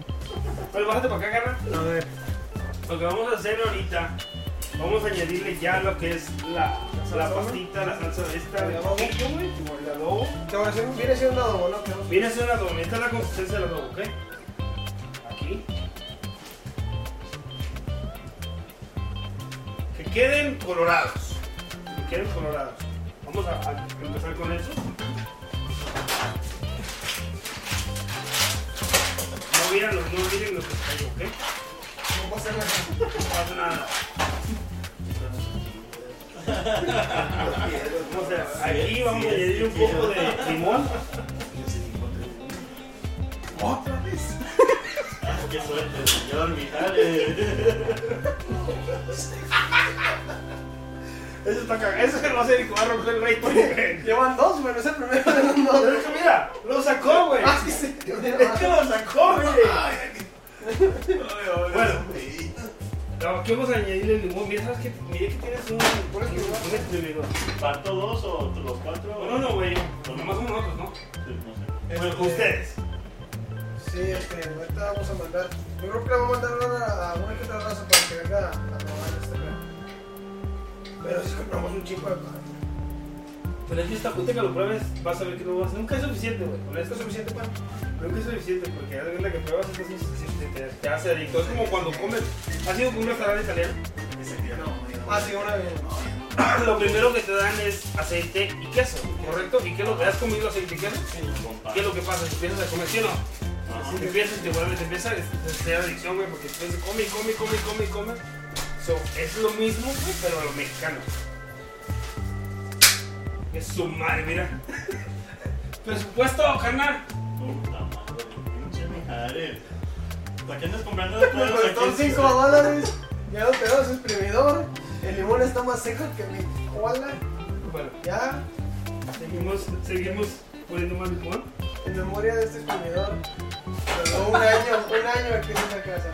Bueno, bájate para acá, garra. A ver. Lo que vamos a hacer ahorita, vamos a añadirle ya lo que es la, salsa, la ¿no? pastita, la salsa de esta, de ¿El adobo? poquillo, güey, o el adobo. Te voy a decir, viene siendo un adobo, ¿no? Que vamos- Mira, es un adobo, esta es la consistencia del adobo, ¿ok? Aquí. Que queden colorados. Que queden colorados. Vamos a, a empezar con eso. No miren los, no miren los detalles, ¿ok? ¿Cómo va a ser la- No pasa nada. O sea, aquí vamos a añadir un poco de limón. ¿Otra vez? Qué suerte, señor Mijares. Eso está cagado. Eso se lo hace el a romper el [LAUGHS] rey. porque- Llevan dos, güey, no es el primero de los dos. Pero es que mira, lo sacó, güey. Ah, sí, sí. Es que lo sacó, güey. Bueno, no, aquí vamos a añadirle limón. Mira, ¿sabes qué? Mira que tienes un. ¿Cuál es tu limón? ¿Cuál es tu limón? ¿Parto dos o los cuatro? No, no, no, güey. Pues Nomás son otros, ¿no? Sí, no sé. Bueno, ustedes. Sí, este, ahorita vamos a mandar. Yo creo que le vamos a mandar una, a una que otra raza para que venga a probar este pedo. Pero si compramos un chico de pan. Pero es que esta puta que lo pruebes, vas a ver que no vas. Nunca es suficiente, güey. Con esto ¿Esto es suficiente pan? nunca es suficiente porque a la que pruebas es insuficiente. Te, te hace adicto. Es como cuando comes. ¿Has ido con un restaurante italiano? eh, Ah, sí, una vez. Lo primero que te dan es aceite y queso, ¿correcto? ¿Y qué es lo que has comido aceite y queso? ¿Qué es lo que pasa? Si empiezas a comer, ¿sí o no? Si te empiezas, te vuelves, te empieza a hacer adicción, güey, porque después come y come y come y come y come. So, es lo mismo, güey, pero a los mexicanos. Es su madre, mira. [LAUGHS] Presupuesto, carnal. Puta madre, pinche Mijares. ¿Para qué andas comprando los Me cuadros costó aquí? 5 dólares. Ya lo tenemos exprimidor. El limón está más seco que mi cola. Bueno, Ya, seguimos, seguimos poniendo más limón. en memoria de este exprimidor. Pero un año, un año aquí en esta casa.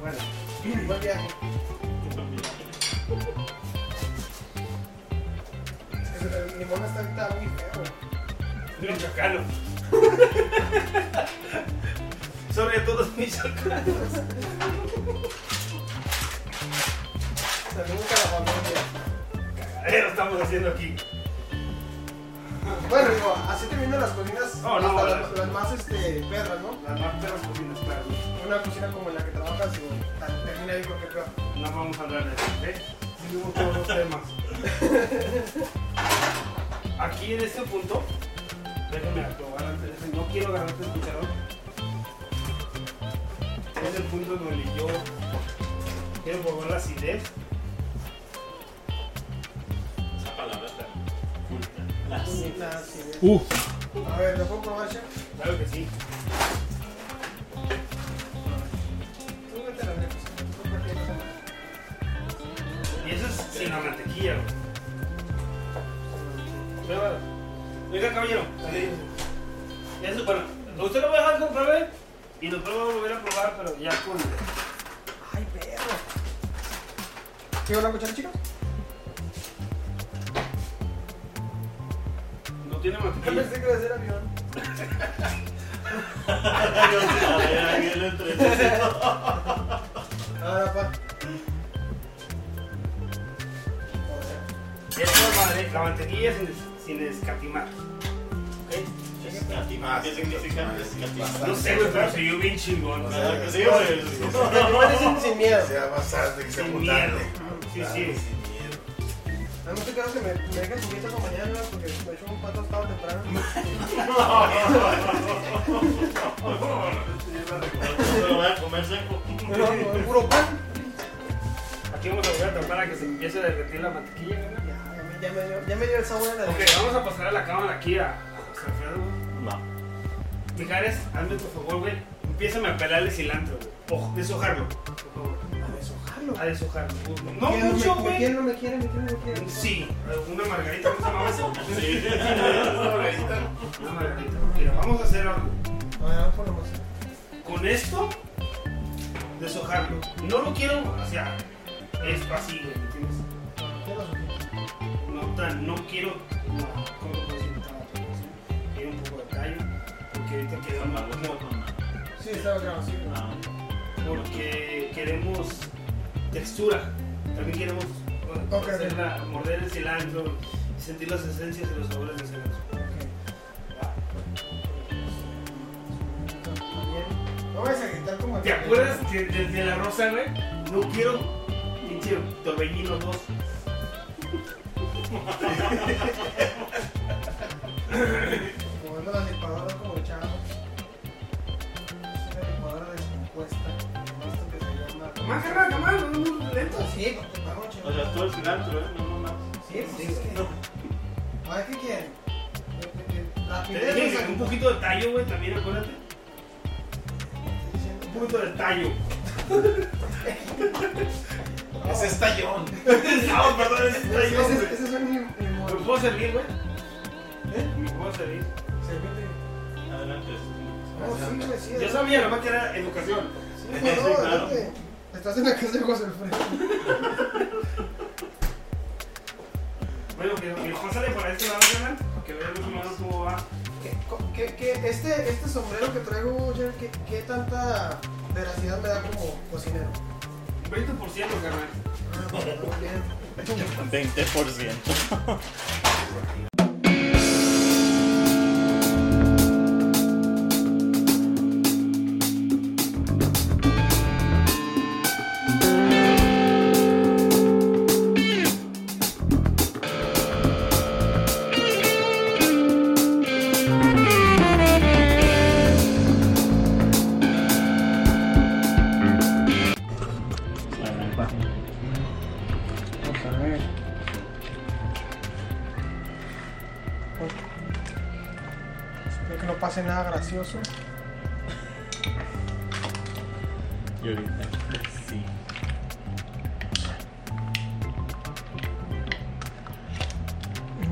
Bueno, Buen viaje. El limón está ahorita muy feo. de un [LAUGHS] chacalo. Sobre todo mis chacalos. Saludos a la familia. Cagadero Eh, estamos haciendo aquí. Bueno, digo, así terminan las cocinas, Oh, No, no, hasta las, no. las más este, perras, ¿no? Las más perras cocinas, claro. Una cocina como en la que trabajas, digo, tan- termina ahí porque peor. No vamos a hablar de eso, ¿eh? Seguimos con los temas. Aquí en este punto, déjenme probar antes de eso. No quiero agarrarte el cucharón. Es el punto donde yo quiero probar la acidez. Esa palabra está oculta. La Nada, Ah, sí, bien. Uh, A ver, ¿lo puedo probar, chef? Claro que sí. Tú vete a la lejos. tú por qué no sabes. Y eso es sin la mantequilla, güey. Pruébalo. Oiga, caballero. Ya es bueno. Usted lo va a dejar que lo pruebe y lo pruebo a volver a probar, pero ya con. Ay, perro. ¿Quieres una cuchara, chica? No tiene Yo mantequilla. pensé que iba a ser avión. A ver, ahí el entrenamiento. Ahora, pa. Joder. Esto es madre, la mantequilla sin, es- sin escatimar. ¿Ok? Escatimar, ¿Qué significa escatimar? No sé, güey, pero soy yo bien chingón. Claro que sí, güey. Los animales sin, sin miedo. sea bastante que sea Sin mutante. miedo. Sí, sí. A mí me quiero que me, me dejen su esta mañana porque me echó un pato estado temprano. No lo voy a comer seco. Pero, ¿es puro pan? [LAUGHS] Aquí vamos a volver a tratar a que se empiece a derretir la mantequilla, ¿verdad? Ya, ya me, ya me dio, ya me dio el sabor de la Ok, vamos a pasar a la cámara aquí a, a José Alfredo, güey. No. Mijares, hazme por favor, güey. Empiezame a pelar el cilantro, güey. Ojo, deshojarlo. por favor. A deshojarlo. A deshojarlo. No Me- mucho, me- Me güey. quiere, me quiere, me quiere, me quiere. Sí, una margarita, ¿cómo se llama eso? Sí. [LAUGHS] Una margarita. Mira, vamos a hacer algo. A ver, vamos por lo más. Con esto, deshojarlo. No lo quiero, o sea, es así, güey, ¿me entiendes? ¿Qué los ojitos? No tan, no quiero, no, ¿cómo lo puedo decir? No, Quiero un poco de tallo, porque ahorita queda mal, como Sí, estaba grabando, sí. porque queremos textura. También queremos bueno, Ok. hacer la- morder el cilantro, sentir las esencias y los sabores del cilantro. Ok. No vayas a gritar como ¿Te acuerdas de, de- de la rosa, güey? No quiero pinche torbellino 2. Jugando la licuadora como chavo. Es una licuadora descompuesta. con Esto que se llama. Más carnal, más, lentos. Sí, porque está noche. O sea, tú el cilantro, ¿eh? No, no, no. Sí, Sí, pues, es que- ¿Para qué quieren? La Te primera dije es que un poquito de tallo, güey, también acuérdate. Un poquito de tallo. Ese es tallón. No, perdón, es tallo, Ese güey. ese es un ¿Me inmundo. puedo servir, güey? ¿Eh? ¿Me puedo servir? Serpiente. Adelante. No, Oh, sí, güey, sí, Yo sabía nomás que era educación. Sí, no, adelante. Estás en la casa de José Alfredo. Bueno, que que pásale por este lado, carnal, para que vean los humanos cómo va. ¿Qué- co- qué- qué- este, este sombrero que traigo, Jared, ¿qué, qué tanta veracidad me da como cocinero? Un 20%, carnal. Ah, muy bien. 20%. La gran página. Vamos a ver. Espero que no pase nada gracioso. Y ahorita. Sí.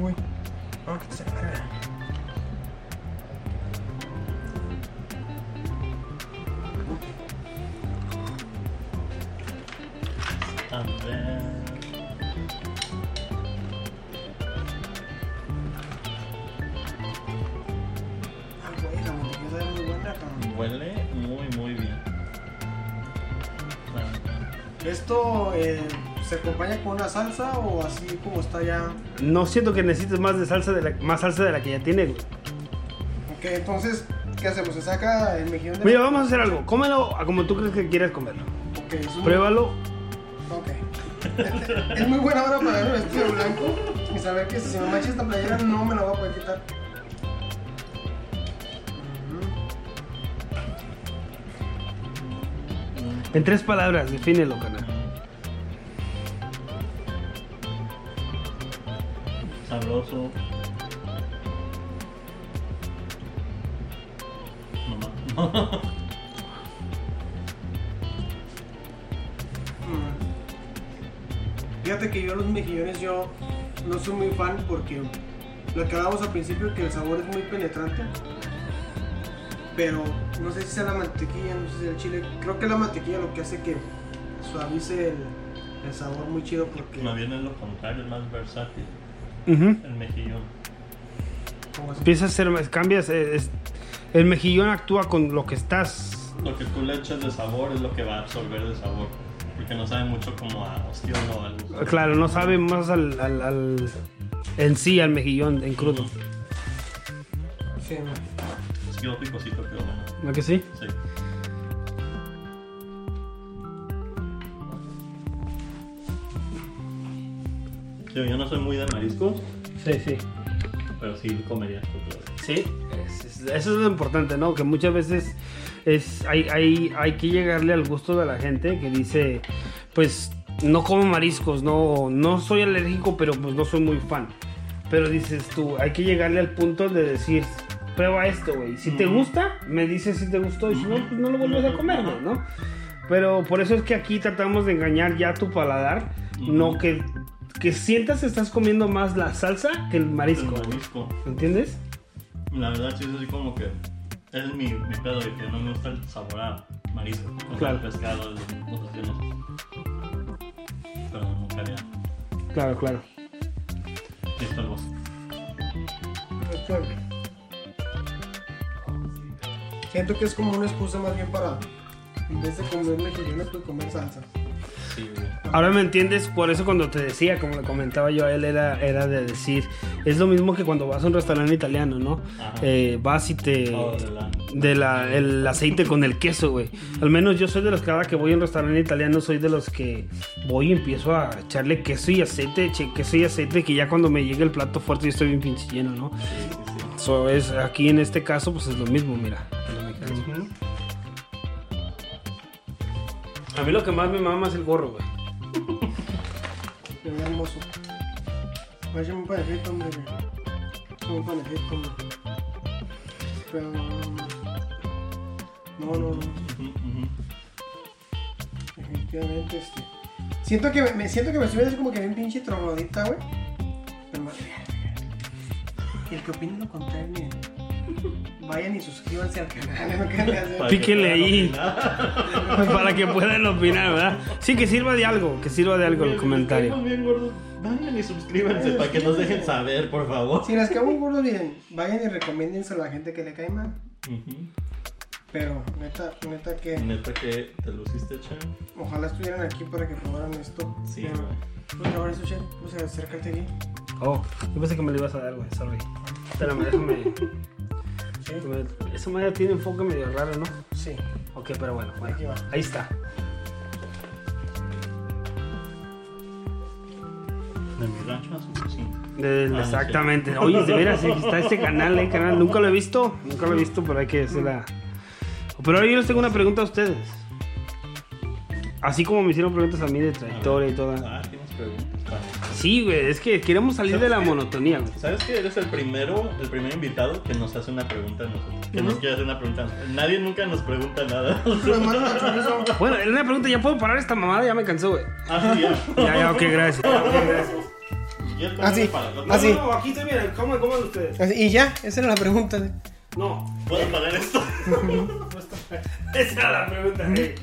Uy. Ah, No, que se caiga. A ver. Ah, güey, la mantequilla es muy buena, cabrón. Huele muy, muy bien. La verdad. ¿Esto eh, se acompaña con una salsa o así como está ya? No siento que necesites más de salsa de la, más salsa de la que ya tiene, güey. Ok, entonces, ¿qué hacemos? ¿Se saca el mejillón de Mira, vamos a hacer algo. Cómelo a como tú crees que quieras comerlo. Ok, es un- Pruébalo. Ok. [LAUGHS] Es muy buena hora para ver un vestido blanco y saber que si me mancha esta playera no me la voy a poder quitar. En tres palabras, defínelo, canal. Sabroso. No más. Mm. Fíjate que yo los mejillones yo no soy muy fan porque lo que hablábamos al principio que el sabor es muy penetrante. Pero no sé si sea la mantequilla, no sé si sea el chile. Creo que la mantequilla lo que hace que suavice el, el sabor muy chido porque Más bien es lo contrario, es más versátil. El mejillón. como es- Empiezas a ser más, cambias. eh, es- el mejillón actúa con lo que estás. Lo que tú le echas de sabor es lo que va a absorber de sabor. Porque no sabe mucho como a ostión o algo. Claro, no sabe más al, al- al- en sí al mejillón en crudo. sí, no. Es que picosito, pero bueno. ¿No que sí? Sí. Yo, yo no soy muy de mariscos, Sí, sí. pero sí comería esto. claro. Sí, es- es- eso es lo importante, ¿no? Que muchas veces es, hay, hay, hay que llegarle al gusto de la gente que dice, pues no como mariscos, no, no soy alérgico, pero pues no soy muy fan. Pero dices tú, hay que llegarle al punto de decir, prueba esto, güey. Si te Ujú. gusta, me dices si te gustó y si no, pues no lo vuelves a comer, güey, ¿no? Pero por eso es que aquí tratamos de engañar ya tu paladar, Ujú. no que, que sientas que estás comiendo más la salsa que el El marisco, güey. marisco. ¿entiendes? La verdad sí es así como que es mi, mi pedo de que no me gusta el sabor a marisco. O sea, Claro. el pescado, el- otras cosas. Pero nunca había Claro, claro. visto algo así. Siento que es como una excusa más bien para, en vez de comer mejillones, pues comer salsa. Sí, güey. Ahora me entiendes, por eso cuando te decía, como le comentaba yo a él, era, era de decir, es lo mismo que cuando vas a un restaurante italiano, ¿no? Ajá. Eh, vas y te... Oh, de la- De la, el aceite con el queso, güey. Al menos yo soy de los que cada que voy a un restaurante italiano soy de los que voy y empiezo a echarle queso y aceite, che, queso y aceite, que ya cuando me llegue el plato fuerte yo estoy bien pinche lleno, ¿no? Sí, sí, sí. So, es, aquí en este caso, pues es lo mismo, mira. A mí lo que más me mama es el gorro, güey. Qué hermoso. Échame un panecito, hombre. Échame un panecito, hombre. Pero... No, no, no. Ujú, ujú. Definitivamente, este. Siento que me, me siento que me estoy viendo así como que bien pinche troglodita, güey. Pero más- Y el que opine lo contrario, miren. Vayan y suscríbanse al canal, no crean que hacer- Para que Píquele puedan ahí. opinar. [LAUGHS] Para que puedan opinar, ¿verdad? Sí, que sirva de algo, que sirva de algo el Miren, comentario. estamos bien gordos. Vayan y suscríbanse para que nos dejen saber, por favor. Si les cae un gordo, miren, vayan y recomiéndenselo a la gente que le cae mal. Ujú. Pero, neta, neta que Neta que te luciste, Chan. ojalá estuvieran aquí para que probaran esto. Sí, Pero, güey. Pues ahora eso, Chen, pues acércate aquí. Oh, yo pensé que me lo ibas a dar, güey, sorry. Espérame, déjame. Esa manera tiene enfoque medio raro, ¿no? Sí. Ok, pero bueno, bueno. Aquí va. Ahí está. De mi rancho a su cocina. Eh, Ah, exactamente. Oye, de veras, eh, está este canal, eh, canal. Nunca lo he visto, nunca lo he visto, pero hay que hacerla. Pero ahora yo les tengo una pregunta a ustedes. Así como me hicieron preguntas a mí de trayectoria y toda. Ah, tienes preguntas. Vale. Sí, güey, es que queremos salir de la ¿Sabes qué? monotonía, güey. ¿Sabes que eres el primero, el primer invitado que nos hace una pregunta a nosotros? Que nos quiere hacer una pregunta. a nosotros. Nadie nunca nos pregunta nada. [LAUGHS] Bueno, era una pregunta, ya puedo parar esta mamada, ya me cansó, güey. Así [LAUGHS] Ya, ya, ok, gracias. Así, Ah, así. No, no, aquí también, ¿cómo coman ustedes? Así, Y ya, esa era la pregunta. güey. No, [LAUGHS] ¿Puedo pagar esto? [LAUGHS] esa era la pregunta. eh.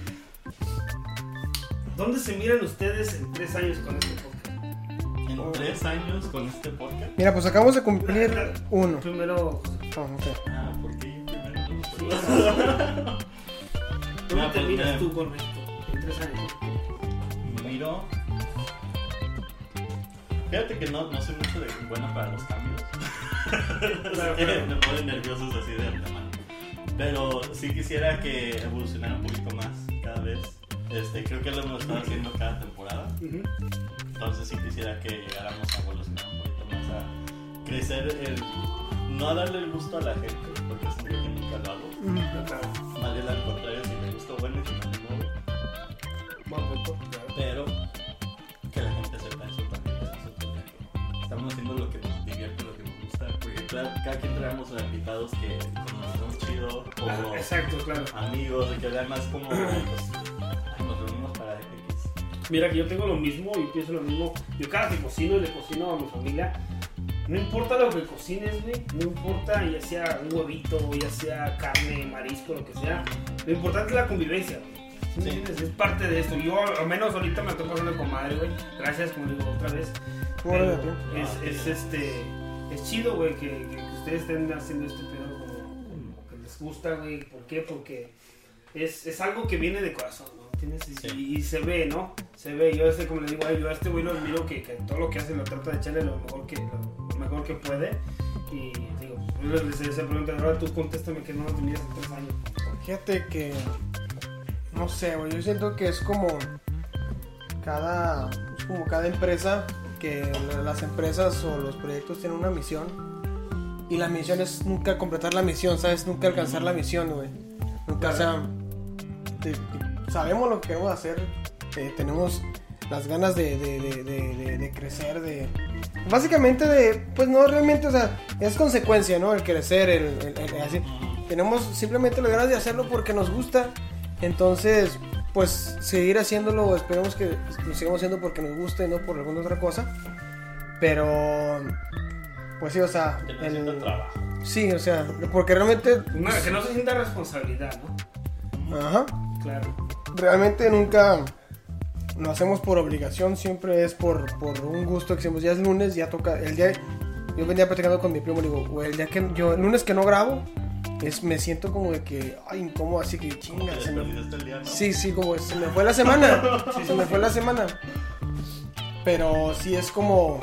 ¿Dónde se miran ustedes en tres años con este podcast? En tres años con este podcast. Mira, pues acabamos de cumplir uno. Primero, Ah, ok. Ah, ¿por qué yo primero? ¿dónde Ah, te pues, miras eh. tú con esto en tres [LAUGHS] años? Me miro. Fíjate que no, no soy mucho de bueno para los cambios. [LAUGHS] Así que me ponen nerviosos así de antemano. Pero sí quisiera que evolucionara un poquito más cada vez. Este, creo que lo hemos estado haciendo cada temporada. Entonces sí quisiera que llegáramos a evolucionar un poquito más a crecer el. No a darle el gusto a la gente, porque es algo que nunca lo hago. Más bien al contrario, si me gustó bueno y si no, no, pero que la gente sepa eso también. que nosotros ya que Estamos haciendo lo que nos divierte, lo que nos gusta. Porque claro, cada quien traemos a invitados que conocemos chido o Ah, Exacto, claro. amigos, de que hablan más como pues, ay, nos reunimos para X. Mira que yo tengo lo mismo, yo pienso lo mismo. Yo cada que cocino y le cocino a mi familia, no importa lo que cocines, güey, no importa ya sea un huevito, ya sea carne, marisco, lo que sea, lo importante es la convivencia, güey. ¿Sí me Sí. entiendes? Es parte de esto. Yo al menos ahorita me estoy pasando con madre, güey. Gracias, como digo otra vez. Órale, Pero tío. es, Ah, es, sí. este es chido, güey, que, que- que ustedes estén haciendo este pedo como, como que les gusta, güey. ¿Por qué? Porque es, es algo que viene de corazón, ¿no? ¿Entiendes? Y, Sí. y se ve, ¿no? Se ve. Yo este, como les digo, ay, yo a este güey lo admiro que, que todo lo que hace lo trata de echarle lo mejor que, lo, lo mejor que puede. Y digo, yo les decía esa pregunta, ahora tú contéstame que no lo tenías en tres años. Fíjate que. No sé, güey. Yo siento que es como. Cada. es como cada empresa. Que las empresas o los proyectos tienen una misión. Y la misión es nunca completar la misión, ¿sabes? Nunca alcanzar la misión, güey. Nunca, o sea. te- te- sabemos lo que queremos hacer. eh, tenemos las ganas de, de- de- de- de- de crecer, de. Básicamente de. Pues no realmente, o sea, es consecuencia, ¿no? El crecer, el, el- el- así. Tenemos simplemente las ganas de hacerlo porque nos gusta. Entonces, pues seguir haciéndolo, esperemos que lo sigamos haciendo porque nos gusta y no por alguna otra cosa. Pero, pues sí, o sea, Que no el- siento trabajo. sí, o sea, porque realmente, Una, que no se sienta responsabilidad, ¿no? ajá, Claro. realmente nunca lo hacemos por obligación, siempre es por, por un gusto que decimos, ya es lunes, ya toca, el día, yo venía platicando con mi primo, le digo, güey, el día que, yo, el lunes que no grabo, es, me siento como de que, ay, incómodo, así que Como que chinga, se me- desperdiciaste el día, ¿no? Sí, sí, como se me fue la [LAUGHS] semana. se me fue la semana. Pero sí es como.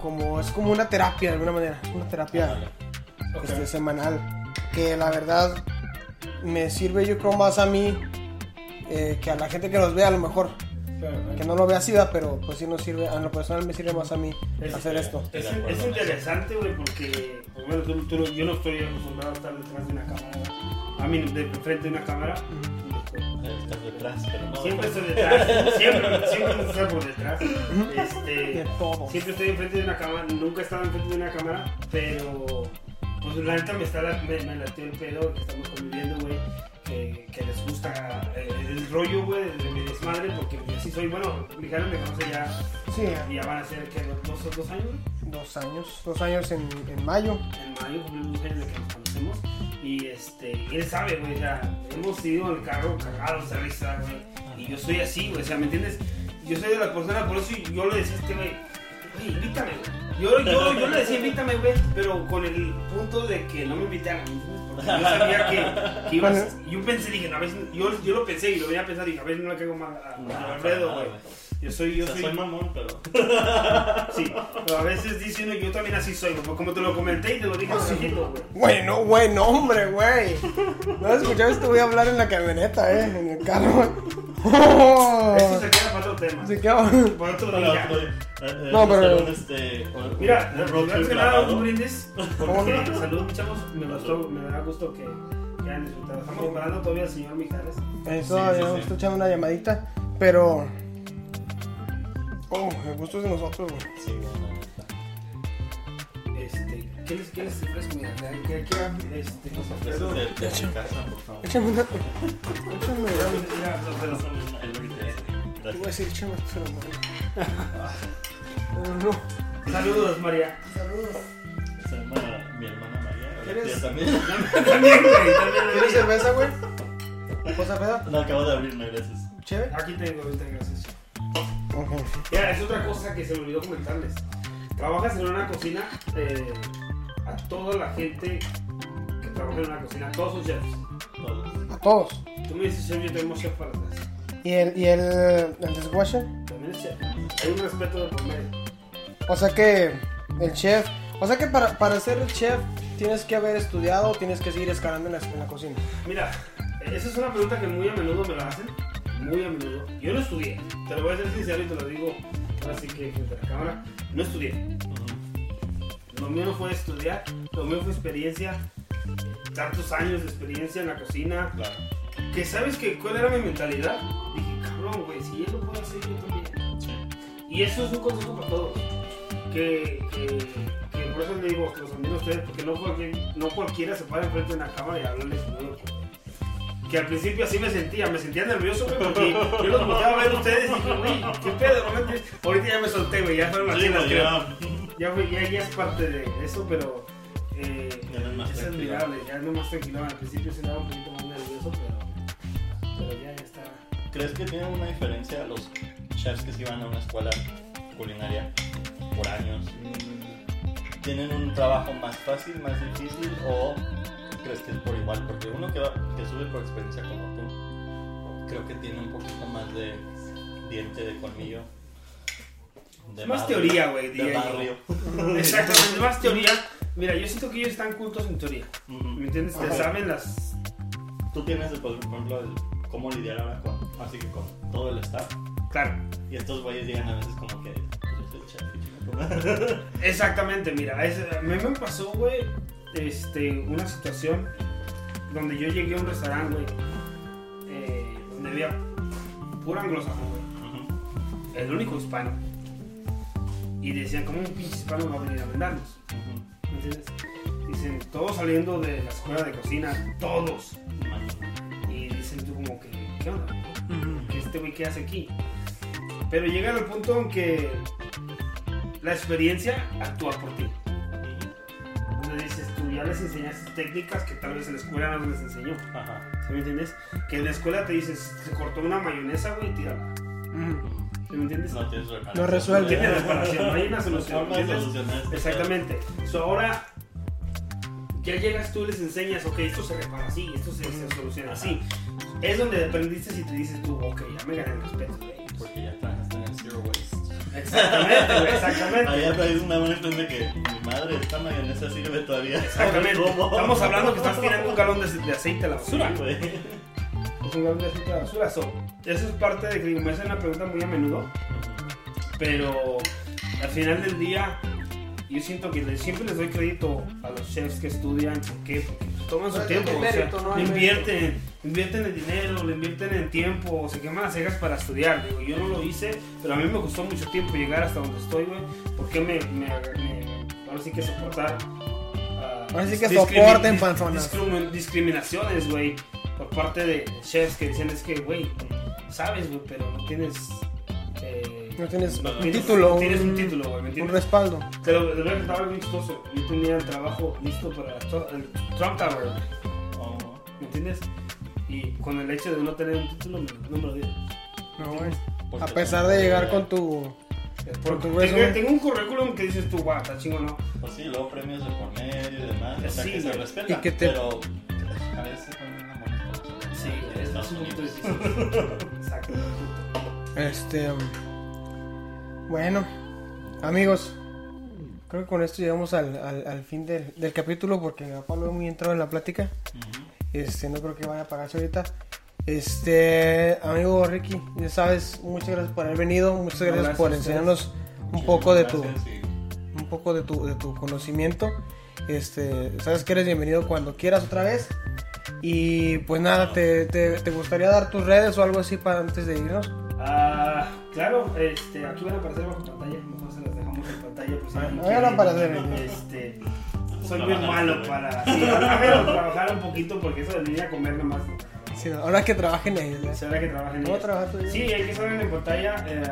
Como es como una terapia de alguna manera. Una terapia este, semanal. Que la verdad me sirve yo creo más a mí eh, que a la gente que nos vea a lo mejor. Que no lo vea así, ¿verdad? pero pues sí nos sirve. A lo personal me sirve más a mí Es- hacer esto. Es, Estoy de acuerdo es en eso. interesante, güey, porque por lo menos tú- tú no- yo no estoy acostumbrado a estar detrás de una cámara. A mí, de frente de una cámara. Estás de detrás, pero no. Siempre estoy detrás, siempre, siempre estoy por detrás. Este, De todo. siempre estoy enfrente de una cámara, nunca he estado enfrente de una cámara, pero pues la neta me está la- me, me latió el pedo que estamos conviviendo, güey. Que, que les gusta eh, el rollo, güey, de, de mi desmadre, porque así soy. Bueno, mi jale me conoce ya, Sí, ya van a ser que dos, dos, dos años. dos años. Dos años en, en mayo. en mayo cumplimos dos años de que nos conocemos y este y él sabe güey o sea hemos ido en el carro cagados de risa güey y yo soy así güey o sea me entiendes yo soy de la persona por eso yo le decía a este güey güey invítame güey yo, yo, yo le decía invítame güey pero con el punto de que no me invitaran güey, porque yo sabía que, que ibas yo pensé dije no, a veces yo, yo lo pensé y lo venía a pensar dije a veces no le cago mal a, a Alfredo güey yo soy Yo yo soy, soy mamón, pero. [LAUGHS] sí pero a veces dice uno yo también así soy güey, como te lo comenté y te lo dije hace ratito, güey Bueno, buen hombre, güey. No escuchaba esto, voy a hablar en la camioneta, eh. En el [LAUGHS] carro. Esto se queda para otro tema. Se quedó- Para otro Para día. otro- eh, eh, No, pero- hacer un, este, un- Mira, un road primero trip que nada, clavado. un brindis. Porque ¿Cómo? salud, chavos. Me, gustó, me da gusto que, que hayan disfrutado. Estamos preparando todavía al señor Mijares. Eso, Sí, sí, ya sí. estoy echando una llamadita. Pero. Oh, el gusto es de nosotros, güey. Sí, bueno, neta. Este, ¿Qué les quieres ofrezco? Mira, ¿qué, qué, este, nos Eso ofrezco? es de- de mi casa, por favor. Échame una. Échame, ya, Mira, nos Pero ofrezco. son el- el brindis. te voy a decir, échame esto, no. Saludos, María. [LAUGHS] Saludos. Gracias. Soy ma- mi hermana María, la ¿Eres- tía también. [LAUGHS] También, güey, también. ¿Tienes cerveza, güey? ¿Cosa peda? No acabo de abrirme, gracias. ¿Chévere? Aquí tengo, ahorita, gracias. Ok. Mira, es otra cosa que se me olvidó comentarles. Trabajas en una cocina, eh, a toda la gente que trabaja en una cocina, todos son chefs. Todos. A todos. Tú me dices chef, yo tengo chef para atrás. ¿Y el, y el, el dishwasher? También es chef. Hay un respeto de por medio. O sea que el chef, o sea que para, para ser chef tienes que haber estudiado, tienes que seguir escalando en la, en la cocina. Mira, esa es una pregunta que muy a menudo me la hacen. Muy a menudo. Yo no estudié. Te lo voy a ser sincero y te lo digo así que frente a la cámara. No estudié. Lo mío no fue estudiar, lo mío fue experiencia. Tantos años de experiencia en la cocina, Claro. que sabes que cuál era mi mentalidad, dije, cabrón, güey, si él lo puede hacer, yo también. Sí. Y eso es un consejo para todos. Que, que, que por eso le digo, que los admiro a ustedes, porque no, cualquier- no cualquiera se para enfrente de una cámara y hablarles como loco. Que al principio así me sentía, me sentía nervioso, güey, porque yo los volteaba a ver a ustedes y dije, güey, qué pedo, no me entiendes. Ahorita ya me solté, güey, ya fueron las Sí, chinas, pues, creo. ya- Ya, fue- ya, ya es parte de eso, pero eh, Ya no es más es tranquilo. admirable, ya no más tranquilo. Al principio se daba un poquito más nervioso, pero, pero ya, ya está. ¿Crees que tiene una diferencia los chefs que se iban a una escuela culinaria por años? Mm. ¿Tienen un trabajo más fácil, más difícil o crees que es por igual? Porque uno que, va- que sube por experiencia como tú, creo que tiene un poquito más de diente, de colmillo. de Más barrio, teoría, güey, De diría yo. barrio. Exactamente, más teoría. Mira, yo siento que ellos están cultos en teoría. ¿Me Ujú. entiendes? Te Ajá. saben las. Tú tienes, por ejemplo, el cómo lidiar ahora con, así que con todo el staff. Claro. Y estos güeyes llegan a veces como que, "Pues, yo soy chef y chinga tu madre". Exactamente, mira, es- a mí me pasó, güey, este, una situación donde yo llegué a un restaurante, güey, eh, donde había puro anglosajón, güey. Ujú. el único hispano. Y decían, ¿cómo un pinche hispano va a venir a vendernos? Ujú. ¿Me entiendes? Dicen, todos saliendo de la escuela de cocina, todos. Y dicen tú como que, ¿qué onda? ¿Qué este güey qué hace aquí? Pero llegan al punto en que la experiencia actúa por ti. Entonces dices, tú ya les enseñaste técnicas que tal vez en la escuela no les enseñó. [LAUGHS] Ajá. ¿Sí me entiendes? Que en la escuela te dices, se cortó una mayonesa, güey, tírala. ¿Sí me entiendes? No tienes reparación. No resuelve. tiene reparación, no hay una No solución. forma de ¿entiendes? solucionar este Exactamente. So, ahora ya llegas tú y les enseñas, ok, esto se repara así, esto se, se soluciona así. Es donde aprendiste si te dices tú, ok, ya me gané el respeto. güey. pedo, Porque ya trabajaste en el Zero Waste. Exactamente, güey, [LAUGHS] exactamente. Allá traes una buena frente que mi madre, esta mayonesa sirve todavía. Exactamente. ¿Cómo? Estamos hablando que estás tirando un galón de, de aceite a la basura. Sí, güey. Es un galón de aceite a la basura. So, eso es parte de que digo, me hacen una pregunta muy a menudo. pero al final del día yo siento que le- siempre les doy crédito a los chefs que estudian, ¿por qué? Porque toman su Pues, tiempo, hay o sea, mérito, ¿no? Hay invierten, invierten el dinero, le invierten el tiempo, o se queman las cejas para estudiar. Digo, yo no lo hice, pero a mí me costó mucho tiempo llegar hasta donde estoy, güey. Porque me, me, me- ahora sí que soportar. ah, Ahora sí que discrimi- soporten, dis- panzonas. discrimi- discriminaciones, güey, por parte de chefs que dicen es que, güey, sabes, güey, pero no tienes. eh, No tienes No, un no, título, no tienes un un- título, güey, ¿me un entiendes? respaldo. Te lo te lo voy a contar algo bien chistoso. Yo tenía el trabajo listo para el to- el Trump Tower, güey, Oh, ¿me entiendes? Y con el hecho de no tener un título, me- no me lo dieron. No, güey. porque A pues, pesar de llegar con tu. Es Por tu porque resumen. tengo, tengo un currículum que dices tú, guau, está chingo, ¿no? Pues sí, luego premios de por medio y demás. O sea, Sí, que se güey. respeta. Y que te- Pero a veces ponen una buena cosa. Sí, En es Estados un poquito difícil. Unidos. [LAUGHS] Exacto. Este. um, Bueno, amigos. Creo que con esto llegamos al, al- al fin del, del capítulo porque mi papá lo muy entrado en la plática. Este, no creo que vaya a apagarse ahorita. Este, amigo Ricky, ya sabes, muchas gracias por haber venido, muchas gracias gracias por a ustedes. enseñarnos un poco de tu, Gracias, sí. un poco de tu, de tu conocimiento. Este, sabes que eres bienvenido cuando quieras otra vez. Y pues nada, te, te- te gustaría dar tus redes o algo así para antes de irnos? Ah, claro, este, aquí van a aparecer bajo pantalla, mejor se las dejamos en pantalla. Pues, si alguien ahí quiere. Ah, van a aparecer. Este, soy No bien van a malo para aparecer, sí, háganlo trabajar un poquito porque eso de venir a comer nomás. no. Sí, ahora que trabajen ellos. ¿eh? Se habla que trabajen ¿Cómo ellos. trabajaste? Sí, hay que salir en pantalla. eh,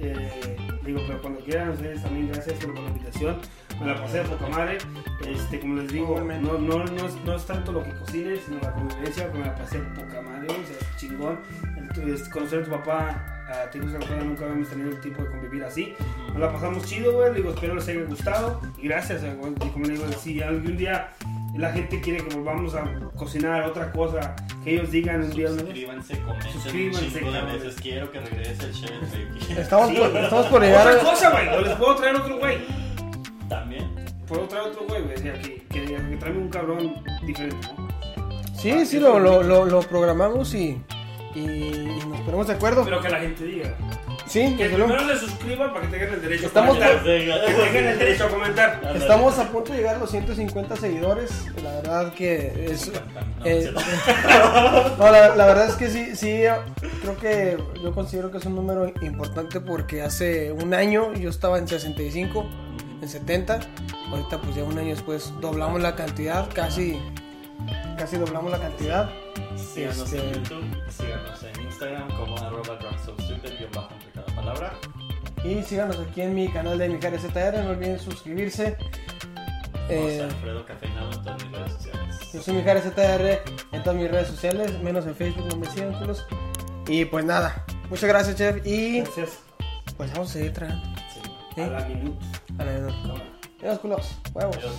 eh, digo, pero cuando quieran ustedes también gracias por la invitación. Me la pasé de poca madre. Este, como les digo, Igualmente. no, no, no, es, no es tanto lo que cocines, sino la convivencia. Me la pasé de poca madre, o sea, chingón. El tu- es- conocer a tu papá, a ti Gustavo, nunca habíamos tenido el tiempo de convivir así. Nos la pasamos chido, güey. Digo, espero les haya gustado. Y gracias, eh, güey. Y como les digo, si algún día la gente quiere que volvamos a cocinar otra cosa, que ellos digan un día, ¿no? Suscríbanse, comenten Suscríbanse, un chingo de cabrones. veces. Quiero que regrese el chef de aquí. Estamos, por, estamos por llegar Otra a... cosa, güey. O les puedo traer otro güey. También. Puedo traer otro güey, güey. O sea, que, que, que tráeme un cabrón diferente, ¿no? Sí, sí, lo, lo, lo, lo programamos y, y- y nos ponemos de acuerdo. Pero que la gente diga. sí, Que desde luego. primero le suscriban para que tengan el derecho Estamos a comentar. por- Que tengan el derecho a comentar. Estamos a punto de llegar a los 150 seguidores. La verdad que es... No, eh, es cierto. No, la, la verdad es que sí, sí, creo que yo considero que es un número importante porque hace un año yo estaba en 65, en 70, ahorita pues ya un año después doblamos la cantidad, casi, casi doblamos la cantidad. Síganos en Este- YouTube, síganos en Instagram como arroba dropsofstupid, guión bajo entre cada palabra. Y síganos aquí en mi canal de Mijares ZR, no olviden suscribirse. José Eh, Alfredo Cafeinado en todas mis redes sociales. yo soy Mijares ZR en todas mis redes sociales, menos en Facebook, no me sigan, culos. Y pues nada, muchas gracias, chef. Y Gracias. pues vamos a seguir tragando. Sí. ¿sí? A la minuto. A la verdad. Adiós, culos. Huevos. Adiós.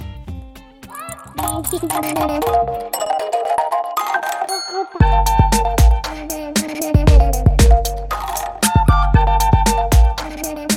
Bye.